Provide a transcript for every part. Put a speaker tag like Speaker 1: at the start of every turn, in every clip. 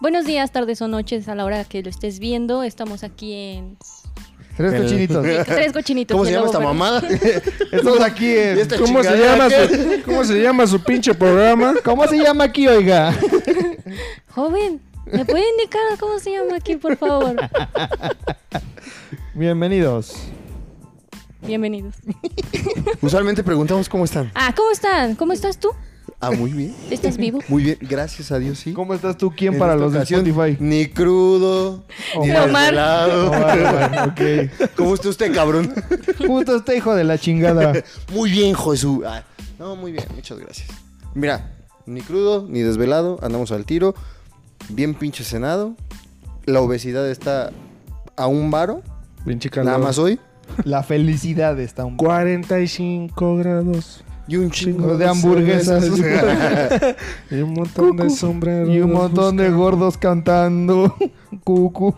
Speaker 1: Buenos días, tardes o noches a la hora que lo estés viendo. Estamos aquí en
Speaker 2: Tres
Speaker 3: El-
Speaker 2: cochinitos.
Speaker 1: Tres Cochinitos.
Speaker 3: ¿Cómo se
Speaker 1: de
Speaker 3: llama
Speaker 1: Lobo
Speaker 3: esta
Speaker 1: Verde.
Speaker 3: mamada?
Speaker 2: Estamos aquí
Speaker 3: ¿Y
Speaker 2: en...
Speaker 3: esta
Speaker 4: ¿Cómo se,
Speaker 3: chingadera
Speaker 4: llama
Speaker 3: qué?
Speaker 4: su, ¿Cómo se llama su pinche programa?
Speaker 2: ¿Cómo se llama aquí, oiga?
Speaker 1: Joven, ¿me puede indicar cómo se llama aquí, por favor?
Speaker 2: Bienvenidos.
Speaker 1: Bienvenidos.
Speaker 3: Usualmente preguntamos cómo están.
Speaker 1: Ah, ¿cómo están? ¿Cómo estás tú?
Speaker 3: Ah, muy bien.
Speaker 1: ¿Estás vivo?
Speaker 3: Muy bien, gracias a Dios, sí.
Speaker 2: ¿Cómo estás tú? ¿Quién
Speaker 3: En
Speaker 2: para
Speaker 3: esta
Speaker 2: los de
Speaker 3: ocasión,
Speaker 2: Spotify?
Speaker 3: Ni crudo, ni
Speaker 1: Omar.
Speaker 3: desvelado.
Speaker 2: Oh, bueno, ok.
Speaker 3: ¿Cómo está usted, cabrón?
Speaker 2: Justo este hijo de la chingada.
Speaker 3: Muy bien, Jesús. Ah, no, muy bien, muchas gracias. Mira, ni crudo, ni desvelado, andamos al tiro. Bien pinche cenado. La obesidad está a un varo.
Speaker 4: Pinche calor.
Speaker 3: Nada más hoy.
Speaker 2: La felicidad está un...
Speaker 4: 45 grados.
Speaker 3: Y un chingo
Speaker 2: de hamburguesas.
Speaker 4: Y un montón de
Speaker 2: Cucu.
Speaker 4: sombreros.
Speaker 2: Y un montón de gordos cantando. Cucu.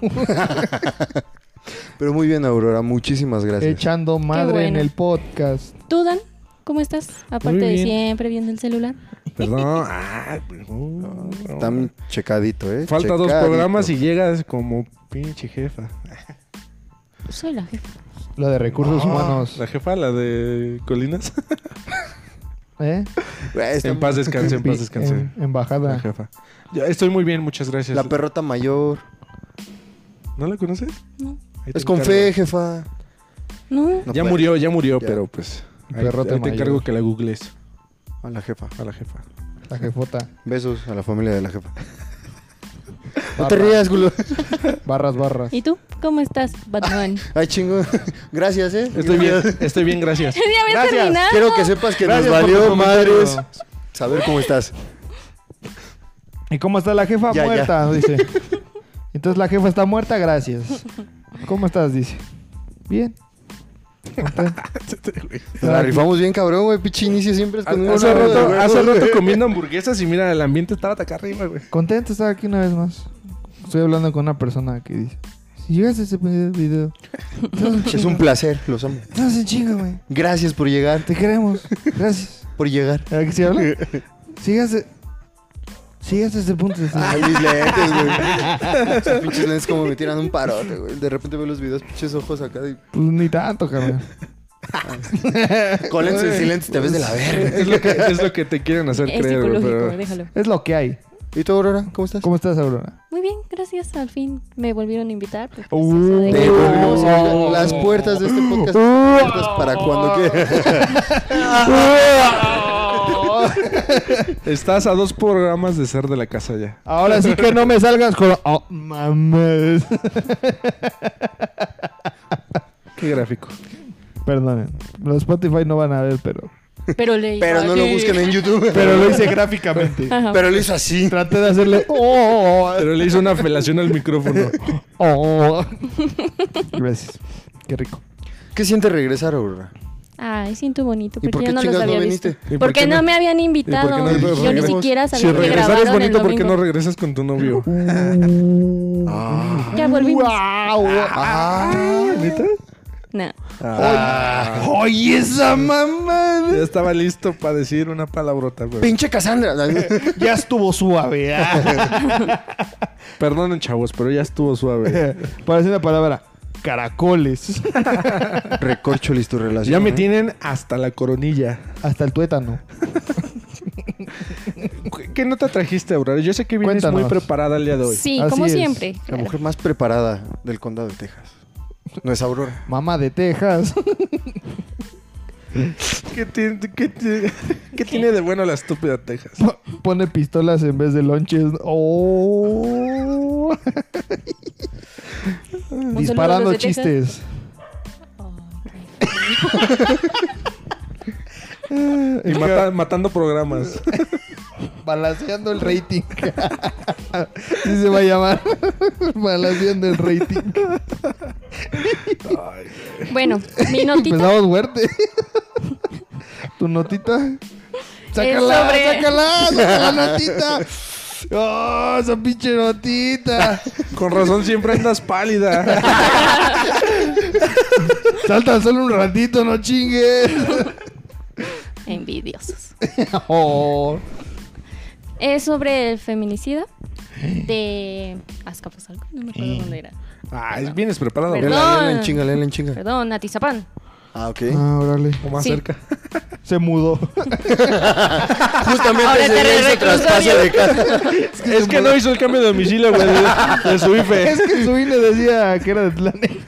Speaker 3: Pero muy bien, Aurora, muchísimas gracias.
Speaker 2: Echando madre en
Speaker 1: bueno.
Speaker 2: el podcast.
Speaker 1: ¿Tú, Dan? ¿Cómo estás? Aparte
Speaker 4: Muy
Speaker 1: de
Speaker 4: bien.
Speaker 1: siempre viendo el celular.
Speaker 4: Perdón. Ay, perdón.
Speaker 3: Tan checadito, ¿eh?
Speaker 4: Falta dos
Speaker 3: Checadito.
Speaker 4: programas y llegas como pinche jefa.
Speaker 1: Soy la jefa.
Speaker 2: Lo de recursos humanos.
Speaker 4: Ah, La jefa, la de Colinas.
Speaker 2: ¿Eh?
Speaker 3: Güey, está-
Speaker 4: En paz descanse, en paz
Speaker 2: Pi-
Speaker 4: descanse.
Speaker 2: en- embajada.
Speaker 4: La jefa. Yo estoy muy bien, muchas gracias.
Speaker 3: La perrota mayor.
Speaker 4: ¿No la conoces?
Speaker 1: No.
Speaker 4: Ahí te
Speaker 3: Es con
Speaker 4: encargo.
Speaker 3: fe, jefa.
Speaker 1: No.
Speaker 3: No
Speaker 4: ya
Speaker 3: puede.
Speaker 4: murió, ya murió,
Speaker 3: Ya.
Speaker 4: pero pues. Ahí,
Speaker 2: Perrote
Speaker 4: ahí te
Speaker 2: mayor.
Speaker 4: encargo que la googles
Speaker 3: A la jefa.
Speaker 4: a la jefa.
Speaker 2: La jefota.
Speaker 3: Besos a la familia de la jefa. No te
Speaker 2: Barra-
Speaker 3: rías, culo.
Speaker 2: Barras, barras.
Speaker 1: ¿Y tú? ¿Cómo estás, Batman?
Speaker 3: Ay, chingo. Gracias, ¿eh?
Speaker 4: Estoy bien, estoy bien, gracias.
Speaker 1: ¡Ya habías
Speaker 2: Gracias.
Speaker 1: terminado!
Speaker 3: Quiero que sepas que
Speaker 2: Gracias
Speaker 3: nos
Speaker 2: por tu
Speaker 3: valió
Speaker 2: comentario.
Speaker 3: madres saber cómo estás.
Speaker 2: ¿Y cómo está la jefa?
Speaker 3: Ya, ya.
Speaker 2: muerta, dice. Entonces la jefa está muerta, gracias. ¿Cómo estás? Dice. Bien.
Speaker 3: Nos la rifamos bien, cabrón, güey. Pinche inicio siempre es con un
Speaker 4: Hace
Speaker 3: huevo de
Speaker 4: rato,
Speaker 3: huevo.
Speaker 4: hace rato comiendo hamburguesas y mira, el ambiente estaba hasta acá arriba, güey.
Speaker 2: Contento de estar aquí una vez más. Estoy hablando con una persona que dice: Si llegas a este video,
Speaker 3: Es un placer, los amo.
Speaker 2: estás en chinga, güey.
Speaker 3: Gracias por llegar,
Speaker 2: Te queremos. Gracias.
Speaker 3: por llegar.
Speaker 2: ¿A qué se habla? Si llegas a- si llegas a este punto. dice,
Speaker 4: Ah.
Speaker 3: Ay, mis lentes, güey. Esos pinches lentes como me tiran un parote, güey. De repente veo los videos, pinches ojos acá. De...
Speaker 2: Pues ni tanto, cabrón.
Speaker 3: Con lentes y sin lentes te ves de la verga.
Speaker 4: Es lo que, es lo que te quieren hacer
Speaker 1: Es
Speaker 4: creer, güey.
Speaker 1: psicológico,
Speaker 4: pero-
Speaker 1: déjalo.
Speaker 2: Es lo que hay.
Speaker 3: ¿Y tú, Aurora? ¿Cómo estás?
Speaker 2: ¿Cómo estás, Aurora?
Speaker 1: Muy bien, gracias. Al fin me volvieron a invitar. pues, pues,
Speaker 4: Uh,
Speaker 1: eso de
Speaker 3: Te
Speaker 1: que-
Speaker 3: volvemos a abrir
Speaker 4: Oh.
Speaker 3: las puertas de este podcast están abiertas para cuando quieras.
Speaker 4: Estás a dos programas de ser de la casa ya.
Speaker 2: Ahora sí que no me salgas con. Oh, mames.
Speaker 4: Qué gráfico.
Speaker 2: Perdonen. Los Spotify no van a ver, pero.
Speaker 1: Pero le
Speaker 3: Pero no lo busquen en YouTube.
Speaker 2: Pero lo hice gráficamente.
Speaker 1: Ajá.
Speaker 3: Pero lo hizo así.
Speaker 2: Traté de hacerle. Oh,
Speaker 4: Pero le hizo una felación al micrófono.
Speaker 2: oh. Gracias. Qué rico.
Speaker 3: ¿Qué sientes regresar, Aurora?
Speaker 1: Ay, siento bonito,
Speaker 3: ¿Y
Speaker 1: porque
Speaker 3: por
Speaker 1: yo
Speaker 3: qué
Speaker 1: no los
Speaker 3: chingas no
Speaker 1: había
Speaker 3: viniste?
Speaker 1: visto.
Speaker 4: ¿Y por
Speaker 1: Porque
Speaker 4: qué
Speaker 1: no
Speaker 4: no?
Speaker 1: me habían invitado.
Speaker 4: no
Speaker 1: yo ni
Speaker 4: regresamos?
Speaker 1: siquiera
Speaker 4: Si
Speaker 1: sabía que
Speaker 4: regresar
Speaker 1: grabaron
Speaker 4: es bonito,
Speaker 1: el
Speaker 4: ¿por qué no
Speaker 1: domingo.
Speaker 4: regresas con tu novio?
Speaker 3: Ah.
Speaker 1: Ya volvimos.
Speaker 3: Ah.
Speaker 4: ¿Neta?
Speaker 1: No.
Speaker 2: ¡Oye, esa mamá!
Speaker 4: Ya estaba listo para decir una palabrota, güey.
Speaker 3: Pinche Cassandra.
Speaker 2: Ya estuvo suave. Ah.
Speaker 4: Perdonen, chavos, pero ya estuvo suave.
Speaker 2: Parece una palabra. Caracoles.
Speaker 3: Recorcholis tu relación.
Speaker 4: Ya me
Speaker 3: ¿eh?
Speaker 4: tienen hasta la coronilla.
Speaker 2: Hasta el tuétano.
Speaker 4: ¿Qué- ¿Qué nota trajiste, Aurora? Yo sé que vienes
Speaker 2: Cuéntanos.
Speaker 4: muy preparada el día de hoy.
Speaker 1: Sí,
Speaker 2: Así
Speaker 1: como
Speaker 2: es.
Speaker 1: siempre.
Speaker 3: La mujer más preparada del condado de Texas. No es Aurora.
Speaker 2: Mamá de Texas.
Speaker 4: ¿Qué, tiene- qué tiene- qué tiene de bueno la estúpida Texas?
Speaker 2: Po- Pone pistolas en vez de lonches. ¡Oh!
Speaker 1: saludo a
Speaker 2: Disparando
Speaker 1: los de
Speaker 2: chistes.
Speaker 4: Y mata- matando programas.
Speaker 2: Balanceando el rating. Sí se va a llamar. Balanceando el rating.
Speaker 1: Bueno, mi
Speaker 4: Pues
Speaker 1: notita
Speaker 2: Empezamos fuerte. ¿Tu notita? ¡Sácala,
Speaker 1: sobre-
Speaker 2: sácala! ¡Sácala la notita! ¡Oh, esa pinche notita!
Speaker 4: Con razón siempre andas pálida.
Speaker 2: Salta solo un ratito, no chingues.
Speaker 1: envidiosos.
Speaker 2: Oh.
Speaker 1: Es sobre el feminicida. de Azcapotzalco, no me
Speaker 4: Mm.
Speaker 1: acuerdo dónde era.
Speaker 4: Ah, es- vienes preparado.
Speaker 1: Perdón.
Speaker 3: Léela, léela en chinga, léela en chinga.
Speaker 1: Perdón, Atizapán.
Speaker 3: Ah, ok.
Speaker 2: Ah, órale.
Speaker 4: O más
Speaker 1: Sí.
Speaker 4: cerca.
Speaker 2: Se mudó.
Speaker 3: Justamente
Speaker 1: Ahora
Speaker 3: se
Speaker 1: te
Speaker 3: le hizo
Speaker 1: regreso,
Speaker 3: traspaso de casa.
Speaker 4: es que no hizo el cambio de domicilio, güey, de, de su IFE.
Speaker 2: es que su INE decía que era de Tlane.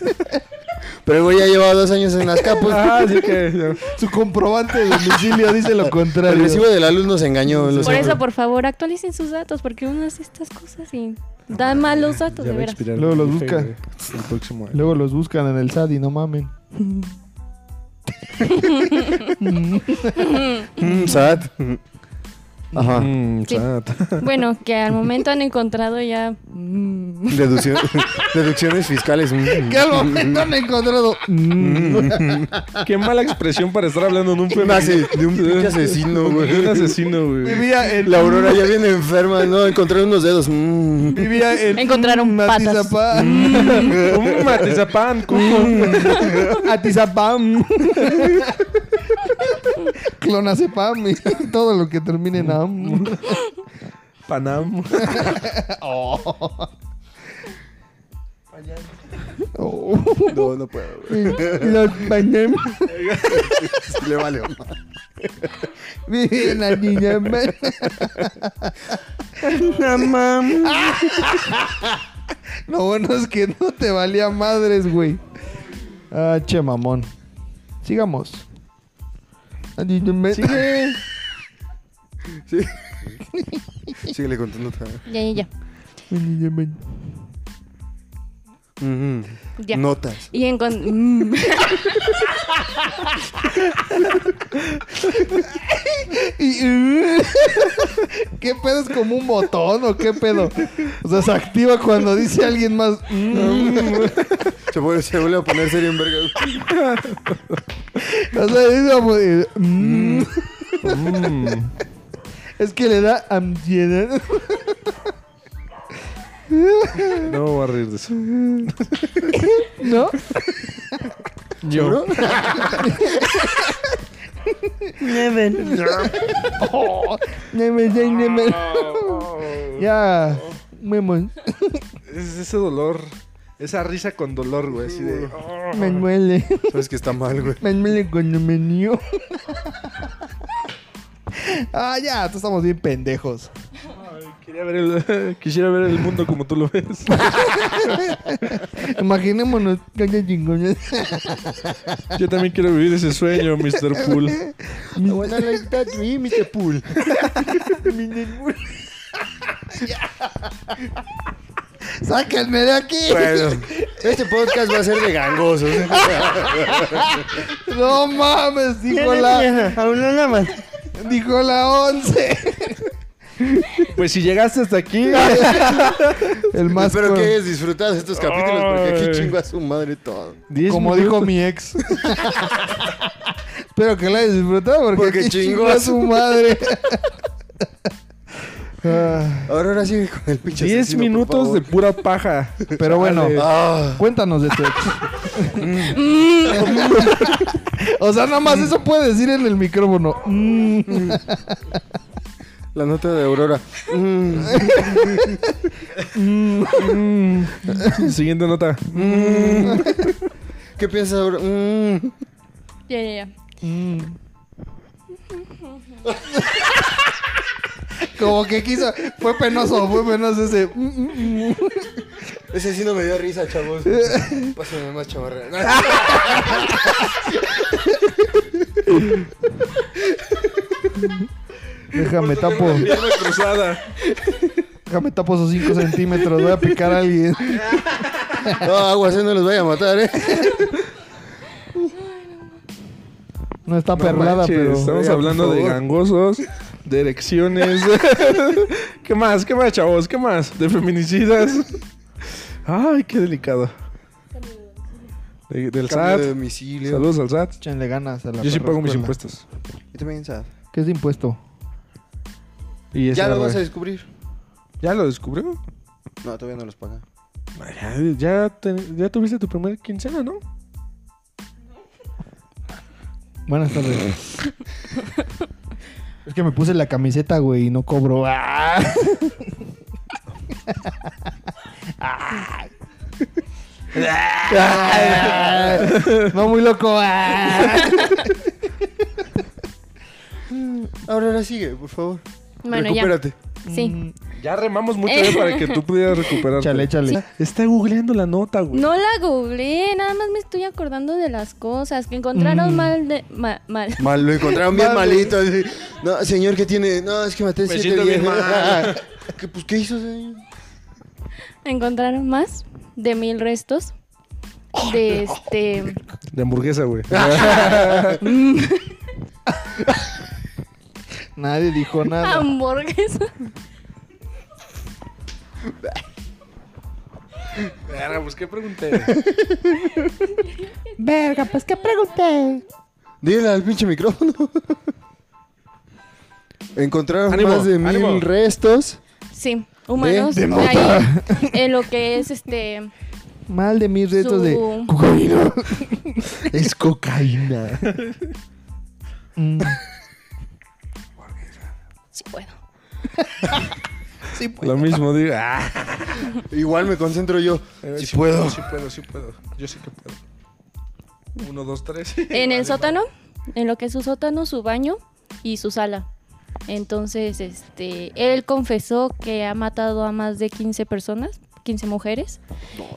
Speaker 3: Pero el güey ya llevaba dos años en Azcapotzalco.
Speaker 4: Ah, sí que.
Speaker 2: Su comprobante de domicilio dice lo
Speaker 3: El
Speaker 2: contrario.
Speaker 3: recibo de la luz nos engañó. lo
Speaker 1: Por
Speaker 3: siento.
Speaker 1: eso, por favor, actualicen sus datos, porque uno hace estas cosas y da malos datos,
Speaker 4: Ah, Ya
Speaker 1: de
Speaker 4: va a
Speaker 1: veras.
Speaker 4: expirar
Speaker 2: Luego
Speaker 4: mi
Speaker 2: los
Speaker 4: IFE,
Speaker 2: busca.
Speaker 4: güey, El próximo año.
Speaker 2: Luego los buscan en el SAT y no mamen.
Speaker 3: Mm, sad. Mm. Ajá.
Speaker 4: Mm,
Speaker 1: Sí.
Speaker 4: sad.
Speaker 1: Bueno, que al momento han encontrado ya. mm,
Speaker 3: Deducción- deducciones fiscales. Mm.
Speaker 2: Que al momento han encontrado.
Speaker 4: Qué mala expresión para estar hablando en un
Speaker 3: Un ase- de un pinche asesino, güey.
Speaker 4: Un asesino, güey.
Speaker 2: Vivía en.
Speaker 3: La Aurora ya viene enferma, ¿no? Encontré unos dedos. Mm.
Speaker 2: Vivía en.
Speaker 1: Encontraron patas.
Speaker 2: Atizapán.
Speaker 4: Un matizapán, cuco.
Speaker 2: Atizapam. Clonazepam. y Todo lo que termine en am.
Speaker 4: Panam.
Speaker 2: Oh.
Speaker 3: No, no puedo, güey.
Speaker 2: Los panem.
Speaker 3: Le valió.
Speaker 2: Viven la niña. Lo bueno es que no te valía madres, güey. Ah, che mamón. Sigamos. La niña me-
Speaker 4: Sigue.
Speaker 3: Sí. Síguele contando otra vez.
Speaker 1: Ya, ya, ya.
Speaker 2: La niña me-
Speaker 3: Ujú.
Speaker 1: ya.
Speaker 3: Mm-hmm. Notas.
Speaker 1: Y encon- mm.
Speaker 2: Y- uh, ¿Qué pedo es como un botón o qué pedo? O sea, se activa cuando dice alguien más. "Mm".
Speaker 3: Se vuelve, se vuelve a poner serio en verga.
Speaker 2: O sea, es como de, mm.
Speaker 4: Mm,
Speaker 2: Es que le da ansiedad.
Speaker 4: No me voy a reír de eso.
Speaker 2: ¿No?
Speaker 4: Yo.
Speaker 2: Oh, neme, ya, neme. Ya, Memo,
Speaker 4: Es ese dolor. Esa risa con dolor, güey. Así de.
Speaker 2: me duele.
Speaker 3: Sabes que está mal, güey.
Speaker 2: Me duele cuando me nió. Ah, ya, todos estamos bien pendejos.
Speaker 4: Quería ver el- quisiera ver el mundo como tú lo ves.
Speaker 2: Imaginémonos caña chingones.
Speaker 4: Yo también quiero vivir ese sueño, Mr. Pool.
Speaker 3: Buena like that, me, Mr. Pool.
Speaker 2: Sáquenme de aquí.
Speaker 3: Bueno, este podcast va a ser de gangosos. ¿eh?
Speaker 2: No mames, dijo la. Dijo la 11.
Speaker 4: Pues si llegaste hasta aquí.
Speaker 2: El más
Speaker 3: Espero
Speaker 2: pro-
Speaker 3: que hayas disfrutado de estos capítulos porque aquí
Speaker 4: Ay.
Speaker 3: chingo a su madre todo.
Speaker 2: Como dijo mi ex. Espero que la hayas disfrutado porque,
Speaker 3: Porque
Speaker 2: aquí
Speaker 3: chingó a
Speaker 2: a
Speaker 3: su-
Speaker 2: su madre. Ah,
Speaker 3: Ahora, ahora sigue con el pinche
Speaker 4: 10
Speaker 3: asesino, por
Speaker 4: minutos
Speaker 3: favor.
Speaker 4: de pura paja.
Speaker 2: pero bueno,
Speaker 4: Chale.
Speaker 3: Ah.
Speaker 2: cuéntanos de tu ex. Mm. o sea, nada más eso puede decir en el micrófono. Mm.
Speaker 3: La nota de Aurora. Mm.
Speaker 4: Mm. Siguiente nota.
Speaker 3: ¿Qué piensas ahora? Mm.
Speaker 1: ya, ya, ya.
Speaker 2: Como que quiso, fue penoso, fue penoso ese. mm, mm, mm.
Speaker 3: Ese sí no me dio risa, chavos. Pásame más chavarra.
Speaker 2: Déjame tapo,
Speaker 4: Pierna cruzada.
Speaker 2: déjame tapo esos 5 centímetros, voy a picar a alguien.
Speaker 3: No, aguas, eh, no los vaya a matar, ¿eh?
Speaker 2: No está
Speaker 4: No
Speaker 2: perlada,
Speaker 4: manches,
Speaker 2: pero.
Speaker 4: Estamos
Speaker 3: Oiga, por
Speaker 4: hablando de
Speaker 3: favor.
Speaker 4: gangosos, de erecciones. ¿Qué más? ¿Qué más, chavos? ¿Qué más? De feminicidas. Ay, qué delicado. De- del
Speaker 3: Cambio
Speaker 4: SAT.
Speaker 3: de domicilio.
Speaker 4: Saludos al SAT.
Speaker 2: Échenle ganas a la
Speaker 4: Yo sí
Speaker 2: perra
Speaker 4: pago mis
Speaker 2: escuela.
Speaker 4: impuestos.
Speaker 3: Yo también, Sad.
Speaker 2: ¿Qué es de impuesto?
Speaker 4: Y esa
Speaker 3: Ya lo
Speaker 4: era-
Speaker 3: vas a descubrir.
Speaker 4: ¿Ya lo descubrió?
Speaker 3: No, todavía no los paga.
Speaker 4: Ya, ya, te- ya tuviste tu primera quincena, ¿no?
Speaker 2: Buenas tardes. es que me puse la camiseta, güey, y no cobro. Ah. No muy loco. ah.
Speaker 3: Ahora sigue, por favor.
Speaker 1: Bueno,
Speaker 3: Recupérate.
Speaker 1: ya.
Speaker 3: Mm,
Speaker 1: Sí.
Speaker 4: Ya remamos mucho eh, para que tú pudieras recuperarte.
Speaker 2: Chale, chale.
Speaker 4: Está googleando la nota, güey.
Speaker 1: No la googleé, nada más me estoy acordando de las cosas que
Speaker 3: Mm.
Speaker 1: encontraron mal de. ma- mal.
Speaker 3: Mal, lo encontraron bien malito. así. No, señor, ¿qué tiene? No, es que maté
Speaker 4: Me
Speaker 3: siete
Speaker 4: siento bien
Speaker 3: bien
Speaker 4: mal.
Speaker 3: ¿Qué, pues, ¿qué hizo, señor?
Speaker 1: Encontraron más de mil restos. De este.
Speaker 4: De hamburguesa, güey.
Speaker 3: Ah.
Speaker 2: Nadie dijo nada.
Speaker 1: hamburguesa.
Speaker 4: Verga, pues qué pregunté.
Speaker 2: Verga, pues qué pregunté.
Speaker 3: Dile al pinche micrófono. Encontraron
Speaker 4: Ánimo,
Speaker 3: más de mil
Speaker 4: ánimo.
Speaker 3: restos.
Speaker 1: Sí, humanos.
Speaker 3: de
Speaker 1: ahí, en lo que es este.
Speaker 2: Mal de mis retos
Speaker 1: Su-
Speaker 2: de cocaína. es cocaína. Mm,
Speaker 1: Sí puedo.
Speaker 2: sí, pues.
Speaker 4: Lo mismo, digo. Ah.
Speaker 3: Igual me concentro yo. Si puedo.
Speaker 4: Sí puedo, sí puedo. Yo sé que puedo. Uno, dos, tres.
Speaker 1: En el sótano, en lo que es su sótano, su baño y su sala. Entonces, este, él confesó que ha matado a más de 15 personas, 15 mujeres.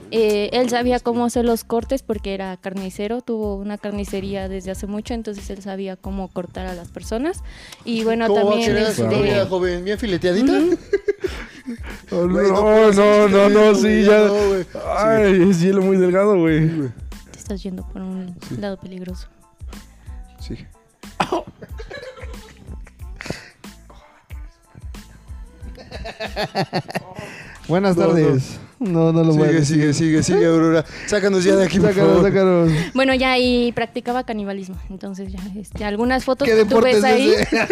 Speaker 1: Eh, él sabía cómo hacer los cortes porque era carnicero, tuvo una carnicería desde hace mucho, entonces él sabía cómo cortar a las personas. Y bueno,
Speaker 3: ¿Cómo va a
Speaker 1: también
Speaker 3: querer a su comida,
Speaker 1: este,
Speaker 3: joven? ¿Bien fileteadita?
Speaker 4: Oh,
Speaker 3: Güey, no
Speaker 4: no,
Speaker 3: puedes
Speaker 4: no,
Speaker 3: decir
Speaker 4: no,
Speaker 3: que
Speaker 4: no,
Speaker 3: no,
Speaker 4: sí,
Speaker 3: güey,
Speaker 4: ya.
Speaker 3: ya no, güey.
Speaker 4: Ay, es hielo muy delgado, güey.
Speaker 1: te estás yendo por un lado peligroso.
Speaker 4: Sí.
Speaker 2: Buenas
Speaker 3: No,
Speaker 2: tardes. No, no, lo voy a
Speaker 3: Sigue,
Speaker 2: decir.
Speaker 3: sigue, sigue, sigue, Aurora. Sácanos ya de aquí, por
Speaker 2: Sácalos,
Speaker 3: favor.
Speaker 2: sácalos.
Speaker 1: Bueno, ya y practicaba canibalismo, entonces ya este, algunas fotos
Speaker 2: ¿Qué
Speaker 1: que tú
Speaker 2: deporte
Speaker 1: ves
Speaker 2: es
Speaker 1: ahí.
Speaker 2: ese?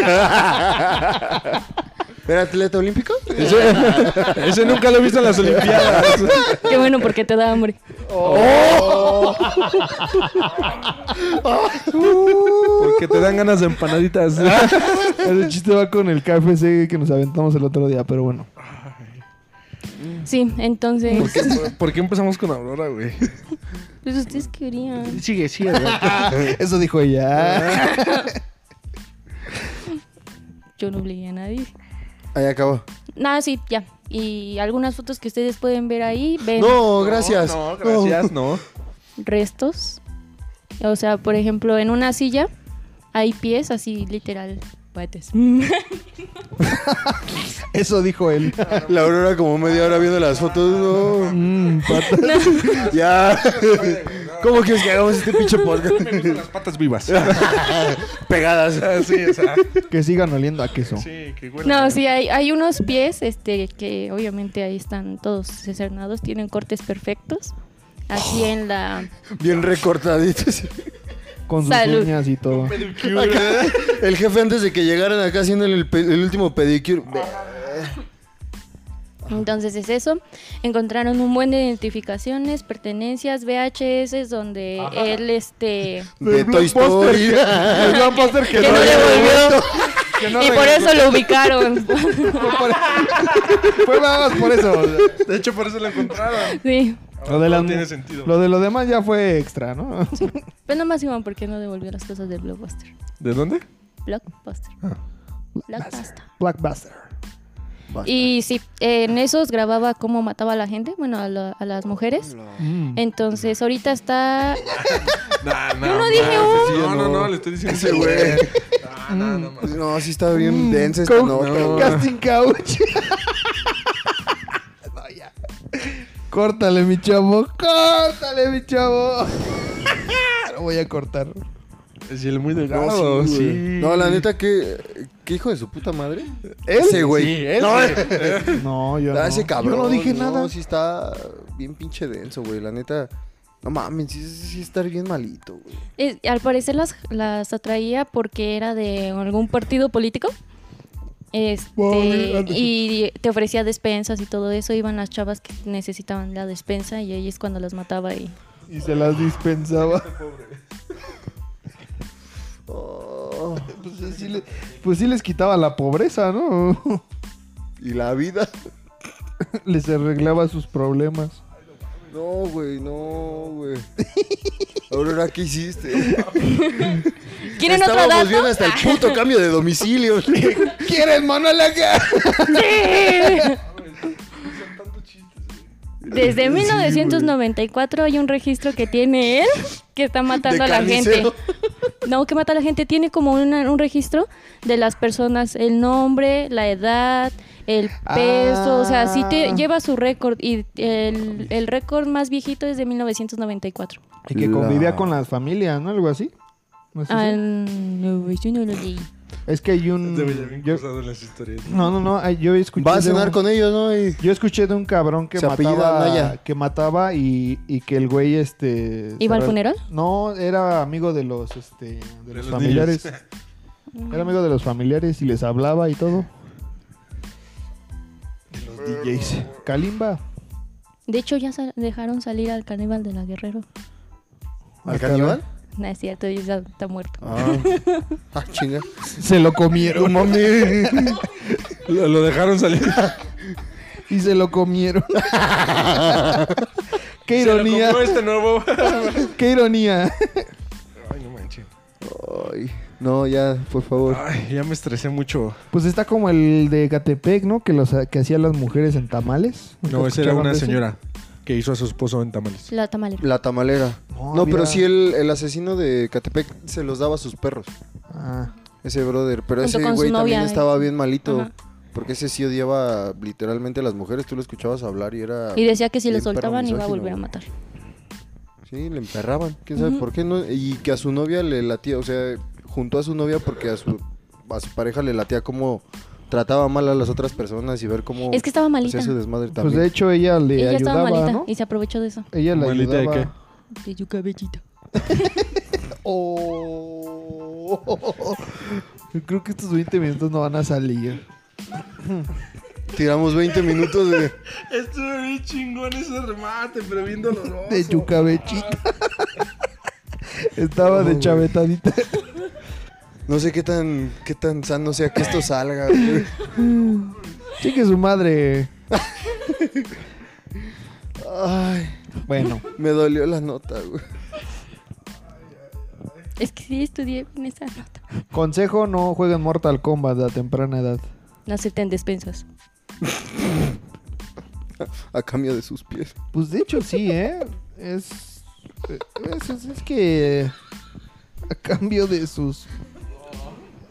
Speaker 3: ¿Era atleta olímpico?
Speaker 4: Ese, ese nunca lo he visto en las Olimpiadas.
Speaker 1: Qué bueno porque te da hambre.
Speaker 4: Porque te dan ganas de empanaditas.
Speaker 2: Ese chiste va con el KFC que nos aventamos el otro día, pero bueno.
Speaker 1: Sí, entonces.
Speaker 4: ¿Por qué, por qué empezamos con Aurora, güey? Ah,
Speaker 1: Pues ustedes querían.
Speaker 4: Sigue, sigue.
Speaker 2: Eso dijo ella.
Speaker 1: Yo no obligué a nadie.
Speaker 3: Ahí acabó.
Speaker 1: Nada, sí, ya. Y algunas fotos que ustedes pueden ver ahí, ven
Speaker 3: No, gracias.
Speaker 4: No, gracias, no.
Speaker 1: restos. O sea, por ejemplo, en una silla hay pies así, literal, pates.
Speaker 4: Mm.
Speaker 2: Eso dijo él.
Speaker 3: La Aurora como media hora viendo las fotos. No.
Speaker 2: Mm, pata.
Speaker 3: Ya. ¿Cómo quieres que hagamos este pinche podcast?
Speaker 4: Me gustan las patas vivas.
Speaker 3: Pegadas.
Speaker 4: Sí, o sea.
Speaker 2: que sigan oliendo a queso.
Speaker 4: Sí, que huele.
Speaker 1: No, sí, hay, hay unos pies este, que obviamente ahí están todos cernados, tienen cortes perfectos.
Speaker 4: Oh.
Speaker 1: Así en la...
Speaker 3: Bien recortaditos.
Speaker 2: Con sus
Speaker 1: Salud.
Speaker 2: uñas y todo.
Speaker 3: Acá, el jefe antes de que llegaran acá haciendo el, pe- el último pedicure. Ve-
Speaker 1: Entonces es eso. Encontraron un buen de identificaciones, pertenencias, VHS, donde él, este...
Speaker 3: De Toy Story.
Speaker 4: El blockbuster que
Speaker 1: Que
Speaker 4: no
Speaker 1: no
Speaker 4: había
Speaker 1: devolvió.
Speaker 4: que no
Speaker 1: y por
Speaker 4: regresó.
Speaker 1: eso lo ubicaron.
Speaker 2: Fue nada más por eso.
Speaker 4: De hecho, por eso lo encontraron.
Speaker 1: sí.
Speaker 2: Lo de,
Speaker 4: no
Speaker 2: las-
Speaker 4: tiene sentido.
Speaker 2: lo de lo demás ya fue extra, ¿no?
Speaker 1: Pero nomás iban porque no devolvió las cosas del Blockbuster.
Speaker 4: ¿De dónde?
Speaker 1: Blockbuster.
Speaker 3: Ah.
Speaker 1: Blockbuster.
Speaker 2: Blackbuster.
Speaker 1: Y sí, en esos grababa cómo mataba a la gente, bueno, a, la- a las mujeres.
Speaker 2: Mm.
Speaker 1: Entonces ahorita está...
Speaker 4: No, no,
Speaker 1: no dije
Speaker 4: mames,
Speaker 3: uno.
Speaker 4: No, no, no, le estoy diciendo
Speaker 3: Ese
Speaker 4: ese güey.
Speaker 3: güey.
Speaker 4: Ah, no, no, mames.
Speaker 3: No, sí estaba bien densa esta
Speaker 2: Con-
Speaker 3: nota.
Speaker 4: no.
Speaker 3: güey.
Speaker 2: Casting couch. No, ya. Córtale, mi chavo. Córtale, mi chavo. Lo voy a cortar.
Speaker 4: Es hielo muy
Speaker 3: No, sí,
Speaker 4: delgado,
Speaker 3: güey.
Speaker 4: sí.
Speaker 3: No, la neta, que ¿Qué hijo de su puta madre?
Speaker 2: ¿Él?
Speaker 3: Ese güey.
Speaker 4: Sí, él,
Speaker 3: No,
Speaker 4: güey.
Speaker 2: No, yo
Speaker 3: Ah,
Speaker 2: no.
Speaker 3: ese cabrón.
Speaker 2: Yo no dije nada.
Speaker 3: No, sí está bien pinche denso, güey. La neta. No mames, sí, sí, sí está bien malito, güey.
Speaker 1: es- al parecer las, las atraía porque era de algún partido político. Este, y te ofrecía despensas y todo eso. Iban las chavas que necesitaban la despensa y ahí es cuando las mataba y...
Speaker 2: Y se las dispensaba.
Speaker 3: Este Oh,
Speaker 2: Pues sí, le- pues sí les quitaba la pobreza, ¿no?
Speaker 3: y la vida.
Speaker 2: Les arreglaba sus problemas.
Speaker 3: No, güey, no, güey. Aurora, ¿qué hiciste?
Speaker 1: ¿Quieren otro
Speaker 3: Estábamos
Speaker 1: dato?
Speaker 3: bien hasta
Speaker 1: Ah.
Speaker 3: el puto cambio de domicilio.
Speaker 2: ¿Quieren monóloga?
Speaker 1: Desde 1994 hay un registro que tiene él que está matando a la gente.
Speaker 3: carnicero.
Speaker 1: No, que mata a la gente. Tiene como una- un registro de las personas, el nombre, la edad, el peso. O sea, sí te
Speaker 2: Ah.
Speaker 1: lleva su récord. Y el, el récord más viejito es de 1994.
Speaker 2: Y que
Speaker 3: La-
Speaker 2: convivía con las familias, ¿no? Algo así. ¿No es, eso?
Speaker 1: Ah, no, yo no lo leí.
Speaker 2: Es que hay un...
Speaker 4: De Benjamín
Speaker 2: yo-
Speaker 4: Cruzado en las historias.
Speaker 2: no, no, no. ay, Yo escuché...
Speaker 3: Va a
Speaker 2: de
Speaker 3: cenar
Speaker 2: un-
Speaker 3: con ellos, ¿no? Y-
Speaker 2: Yo escuché de un cabrón que
Speaker 3: Se apellida
Speaker 2: mataba,
Speaker 3: Anaya.
Speaker 2: que mataba y, y que el güey este
Speaker 1: ¿Iba al
Speaker 2: se re-
Speaker 1: funeral?
Speaker 2: No, era amigo de los este de los
Speaker 4: los
Speaker 2: familiares. Era amigo de los familiares y les hablaba y todo. Los DJs. Kalimba.
Speaker 1: De hecho, ya sa- dejaron salir al caníbal de la Guerrero.
Speaker 3: ¿Al caníbal?
Speaker 1: No es cierto, ya está muerto.
Speaker 3: Ah. ah, chinga.
Speaker 2: Se lo comieron.
Speaker 4: Lo, lo dejaron salir.
Speaker 2: y se lo comieron. Qué
Speaker 4: Se lo
Speaker 2: ironía.
Speaker 4: compró este nuevo.
Speaker 2: Qué ironía.
Speaker 4: Ay, no manches.
Speaker 3: Ay, no, ya, por favor.
Speaker 2: Ah.
Speaker 4: Ay, ya me estresé mucho.
Speaker 2: Pues está como el de Catepec, ¿no? Que los que hacían las mujeres en tamales.
Speaker 4: No,
Speaker 2: ¿Nunca
Speaker 4: esa era
Speaker 2: escucharon
Speaker 4: una
Speaker 2: de eso?
Speaker 4: señora que hizo a su esposo en tamales.
Speaker 1: La tamalera.
Speaker 3: La tamalera.
Speaker 2: No,
Speaker 3: No,
Speaker 2: había-
Speaker 3: pero sí el, el asesino de Catepec se los daba a sus perros.
Speaker 2: Ah.
Speaker 3: Ese brother. Pero
Speaker 1: Junto
Speaker 3: ese
Speaker 1: con su
Speaker 3: güey también
Speaker 1: novia, eh.
Speaker 3: estaba bien malito.
Speaker 1: Ajá.
Speaker 3: Porque ese sí odiaba literalmente a las mujeres. Tú lo escuchabas hablar y era...
Speaker 1: Y decía que si
Speaker 3: bien
Speaker 1: lo
Speaker 3: perro
Speaker 1: soltaban iba a
Speaker 3: misógino,
Speaker 1: volver a
Speaker 3: güey.
Speaker 1: matar.
Speaker 3: Sí, le emperraban. ¿Quién sabe por qué? No? Y que a su novia le latía. O sea, juntó a su novia porque a su, a su pareja le latía cómo trataba mal a las otras personas y ver cómo...
Speaker 1: Es que estaba malita.
Speaker 3: hacía su desmadre
Speaker 2: Pues
Speaker 3: también.
Speaker 2: de hecho ella le
Speaker 1: Ella estaba
Speaker 2: ayudaba,
Speaker 1: malita
Speaker 2: ¿no?
Speaker 1: y se aprovechó de eso.
Speaker 2: Ella le
Speaker 4: ¿Malita de
Speaker 2: ayudaba.
Speaker 4: qué?
Speaker 1: De su cabellito.
Speaker 2: Oh. Creo que estos 20 minutos no van a salir.
Speaker 3: Tiramos 20 minutos de...
Speaker 4: Estuvo bien chingón ese remate, pero bien doloroso.
Speaker 2: De chucabechita. Estaba de chavetadita.
Speaker 3: No sé qué tan, qué tan sano sea que esto salga. güey.
Speaker 2: Cheque su madre.
Speaker 3: Ay,
Speaker 2: Bueno,
Speaker 3: me dolió la nota, güey.
Speaker 1: Es que sí estudié en esa nota.
Speaker 2: consejo: no jueguen Mortal Kombat a temprana edad.
Speaker 1: No acepten despensas.
Speaker 3: A cambio de sus pies.
Speaker 2: Pues de hecho, sí, ¿eh? Es. Es, es- es que. A cambio de sus.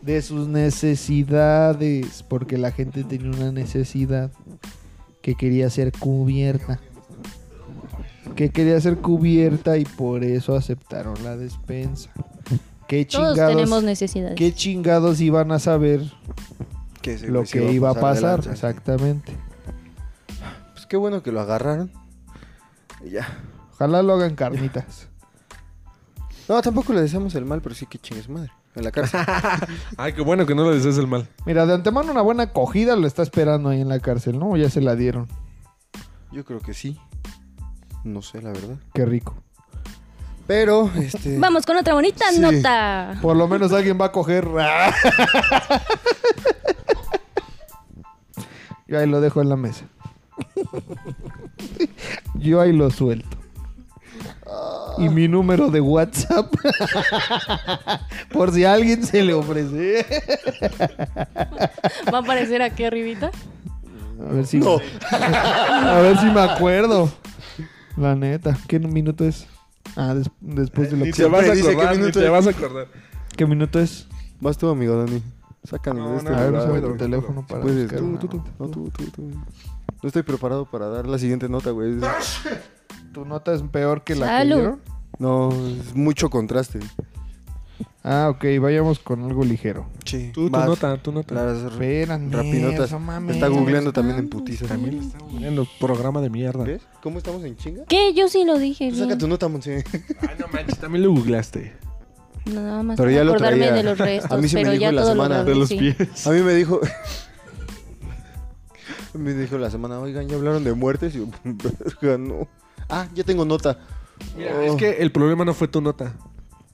Speaker 2: De sus necesidades. Porque la gente tenía una necesidad. Que quería ser cubierta. Que quería ser cubierta y por eso aceptaron la despensa. ¿Qué
Speaker 1: Todos tenemos
Speaker 2: chingados,
Speaker 1: necesidades.
Speaker 2: ¿qué chingados iban a saber
Speaker 3: Que ese
Speaker 2: lo
Speaker 3: güey se
Speaker 2: que iba pues, a pasar?
Speaker 3: de lanza.
Speaker 2: Exactamente.
Speaker 3: Pues qué bueno que lo agarraron. Y ya.
Speaker 2: Ojalá lo hagan carnitas.
Speaker 3: No, tampoco le deseamos el mal, pero sí que chingue su madre. En la cárcel.
Speaker 4: Ay, qué bueno que no le desees el mal.
Speaker 2: Mira, de antemano una buena acogida lo está esperando ahí en la cárcel, ¿no? Ya se la dieron.
Speaker 3: Yo creo que sí. No sé, la verdad.
Speaker 2: Qué rico.
Speaker 3: Pero, este.
Speaker 1: Vamos con otra bonita
Speaker 3: Sí.
Speaker 1: nota.
Speaker 2: Por lo menos alguien va a coger. Yo ahí lo dejo en la mesa. Yo ahí lo suelto. Y mi número de WhatsApp. Por si a alguien se le ofrece.
Speaker 1: Va a aparecer aquí arribita.
Speaker 2: A ver si. A ver si me acuerdo. La neta. ¿Qué minuto es? Ah, des- después de lo
Speaker 4: Ni
Speaker 2: que.
Speaker 4: te
Speaker 3: Siempre
Speaker 4: vas a
Speaker 3: dice qué
Speaker 4: acordar, ni
Speaker 3: minuto
Speaker 4: te
Speaker 3: es.
Speaker 4: vas a acordar.
Speaker 2: ¿Qué minuto es?
Speaker 3: Vas tú, amigo Dani. Sácame
Speaker 4: No,
Speaker 3: de este
Speaker 4: no,
Speaker 2: A ver,
Speaker 3: lugar.
Speaker 4: no,
Speaker 2: usa
Speaker 4: no,
Speaker 2: tu
Speaker 4: no,
Speaker 2: teléfono para
Speaker 3: Puedes,
Speaker 2: buscar
Speaker 3: tú,
Speaker 2: una
Speaker 3: tú, tú.
Speaker 2: nota.
Speaker 3: No, tú, tú, tú. No estoy preparado para dar la siguiente nota, güey.
Speaker 2: ¿Tu nota es peor que la
Speaker 1: Salud.
Speaker 2: que dieron?
Speaker 3: No, es mucho contraste.
Speaker 2: Ah, ok, vayamos con algo ligero.
Speaker 3: Sí.
Speaker 4: Tú, tu nota, tu nota.
Speaker 3: Las
Speaker 2: Espérame,
Speaker 3: rapinotas.
Speaker 2: no mames.
Speaker 3: Está googleando también en putiza.
Speaker 4: También le estamos viendo programa de mierda.
Speaker 3: ¿Ves? ¿Cómo estamos en chinga?
Speaker 1: ¿Qué? Yo sí lo dije.
Speaker 3: Tú Pues saca
Speaker 1: bien.
Speaker 3: tu nota, Monse.
Speaker 4: Ay, no manches, también lo googleaste.
Speaker 1: Nada más
Speaker 3: Pero
Speaker 1: para
Speaker 3: ya lo
Speaker 1: acordarme
Speaker 3: traía.
Speaker 1: de los restos.
Speaker 3: A mí se me
Speaker 1: pero
Speaker 3: dijo
Speaker 1: ya
Speaker 3: en la
Speaker 1: todo lo
Speaker 3: semana.
Speaker 1: grabé,
Speaker 4: De los
Speaker 1: sí.
Speaker 4: pies.
Speaker 3: A mí me dijo. me dijo la semana, oigan, ya hablaron de muertes. Y yo, verga, no. Ah, ya tengo nota.
Speaker 4: Mira,
Speaker 3: Oh,
Speaker 4: es que el problema no fue tu nota.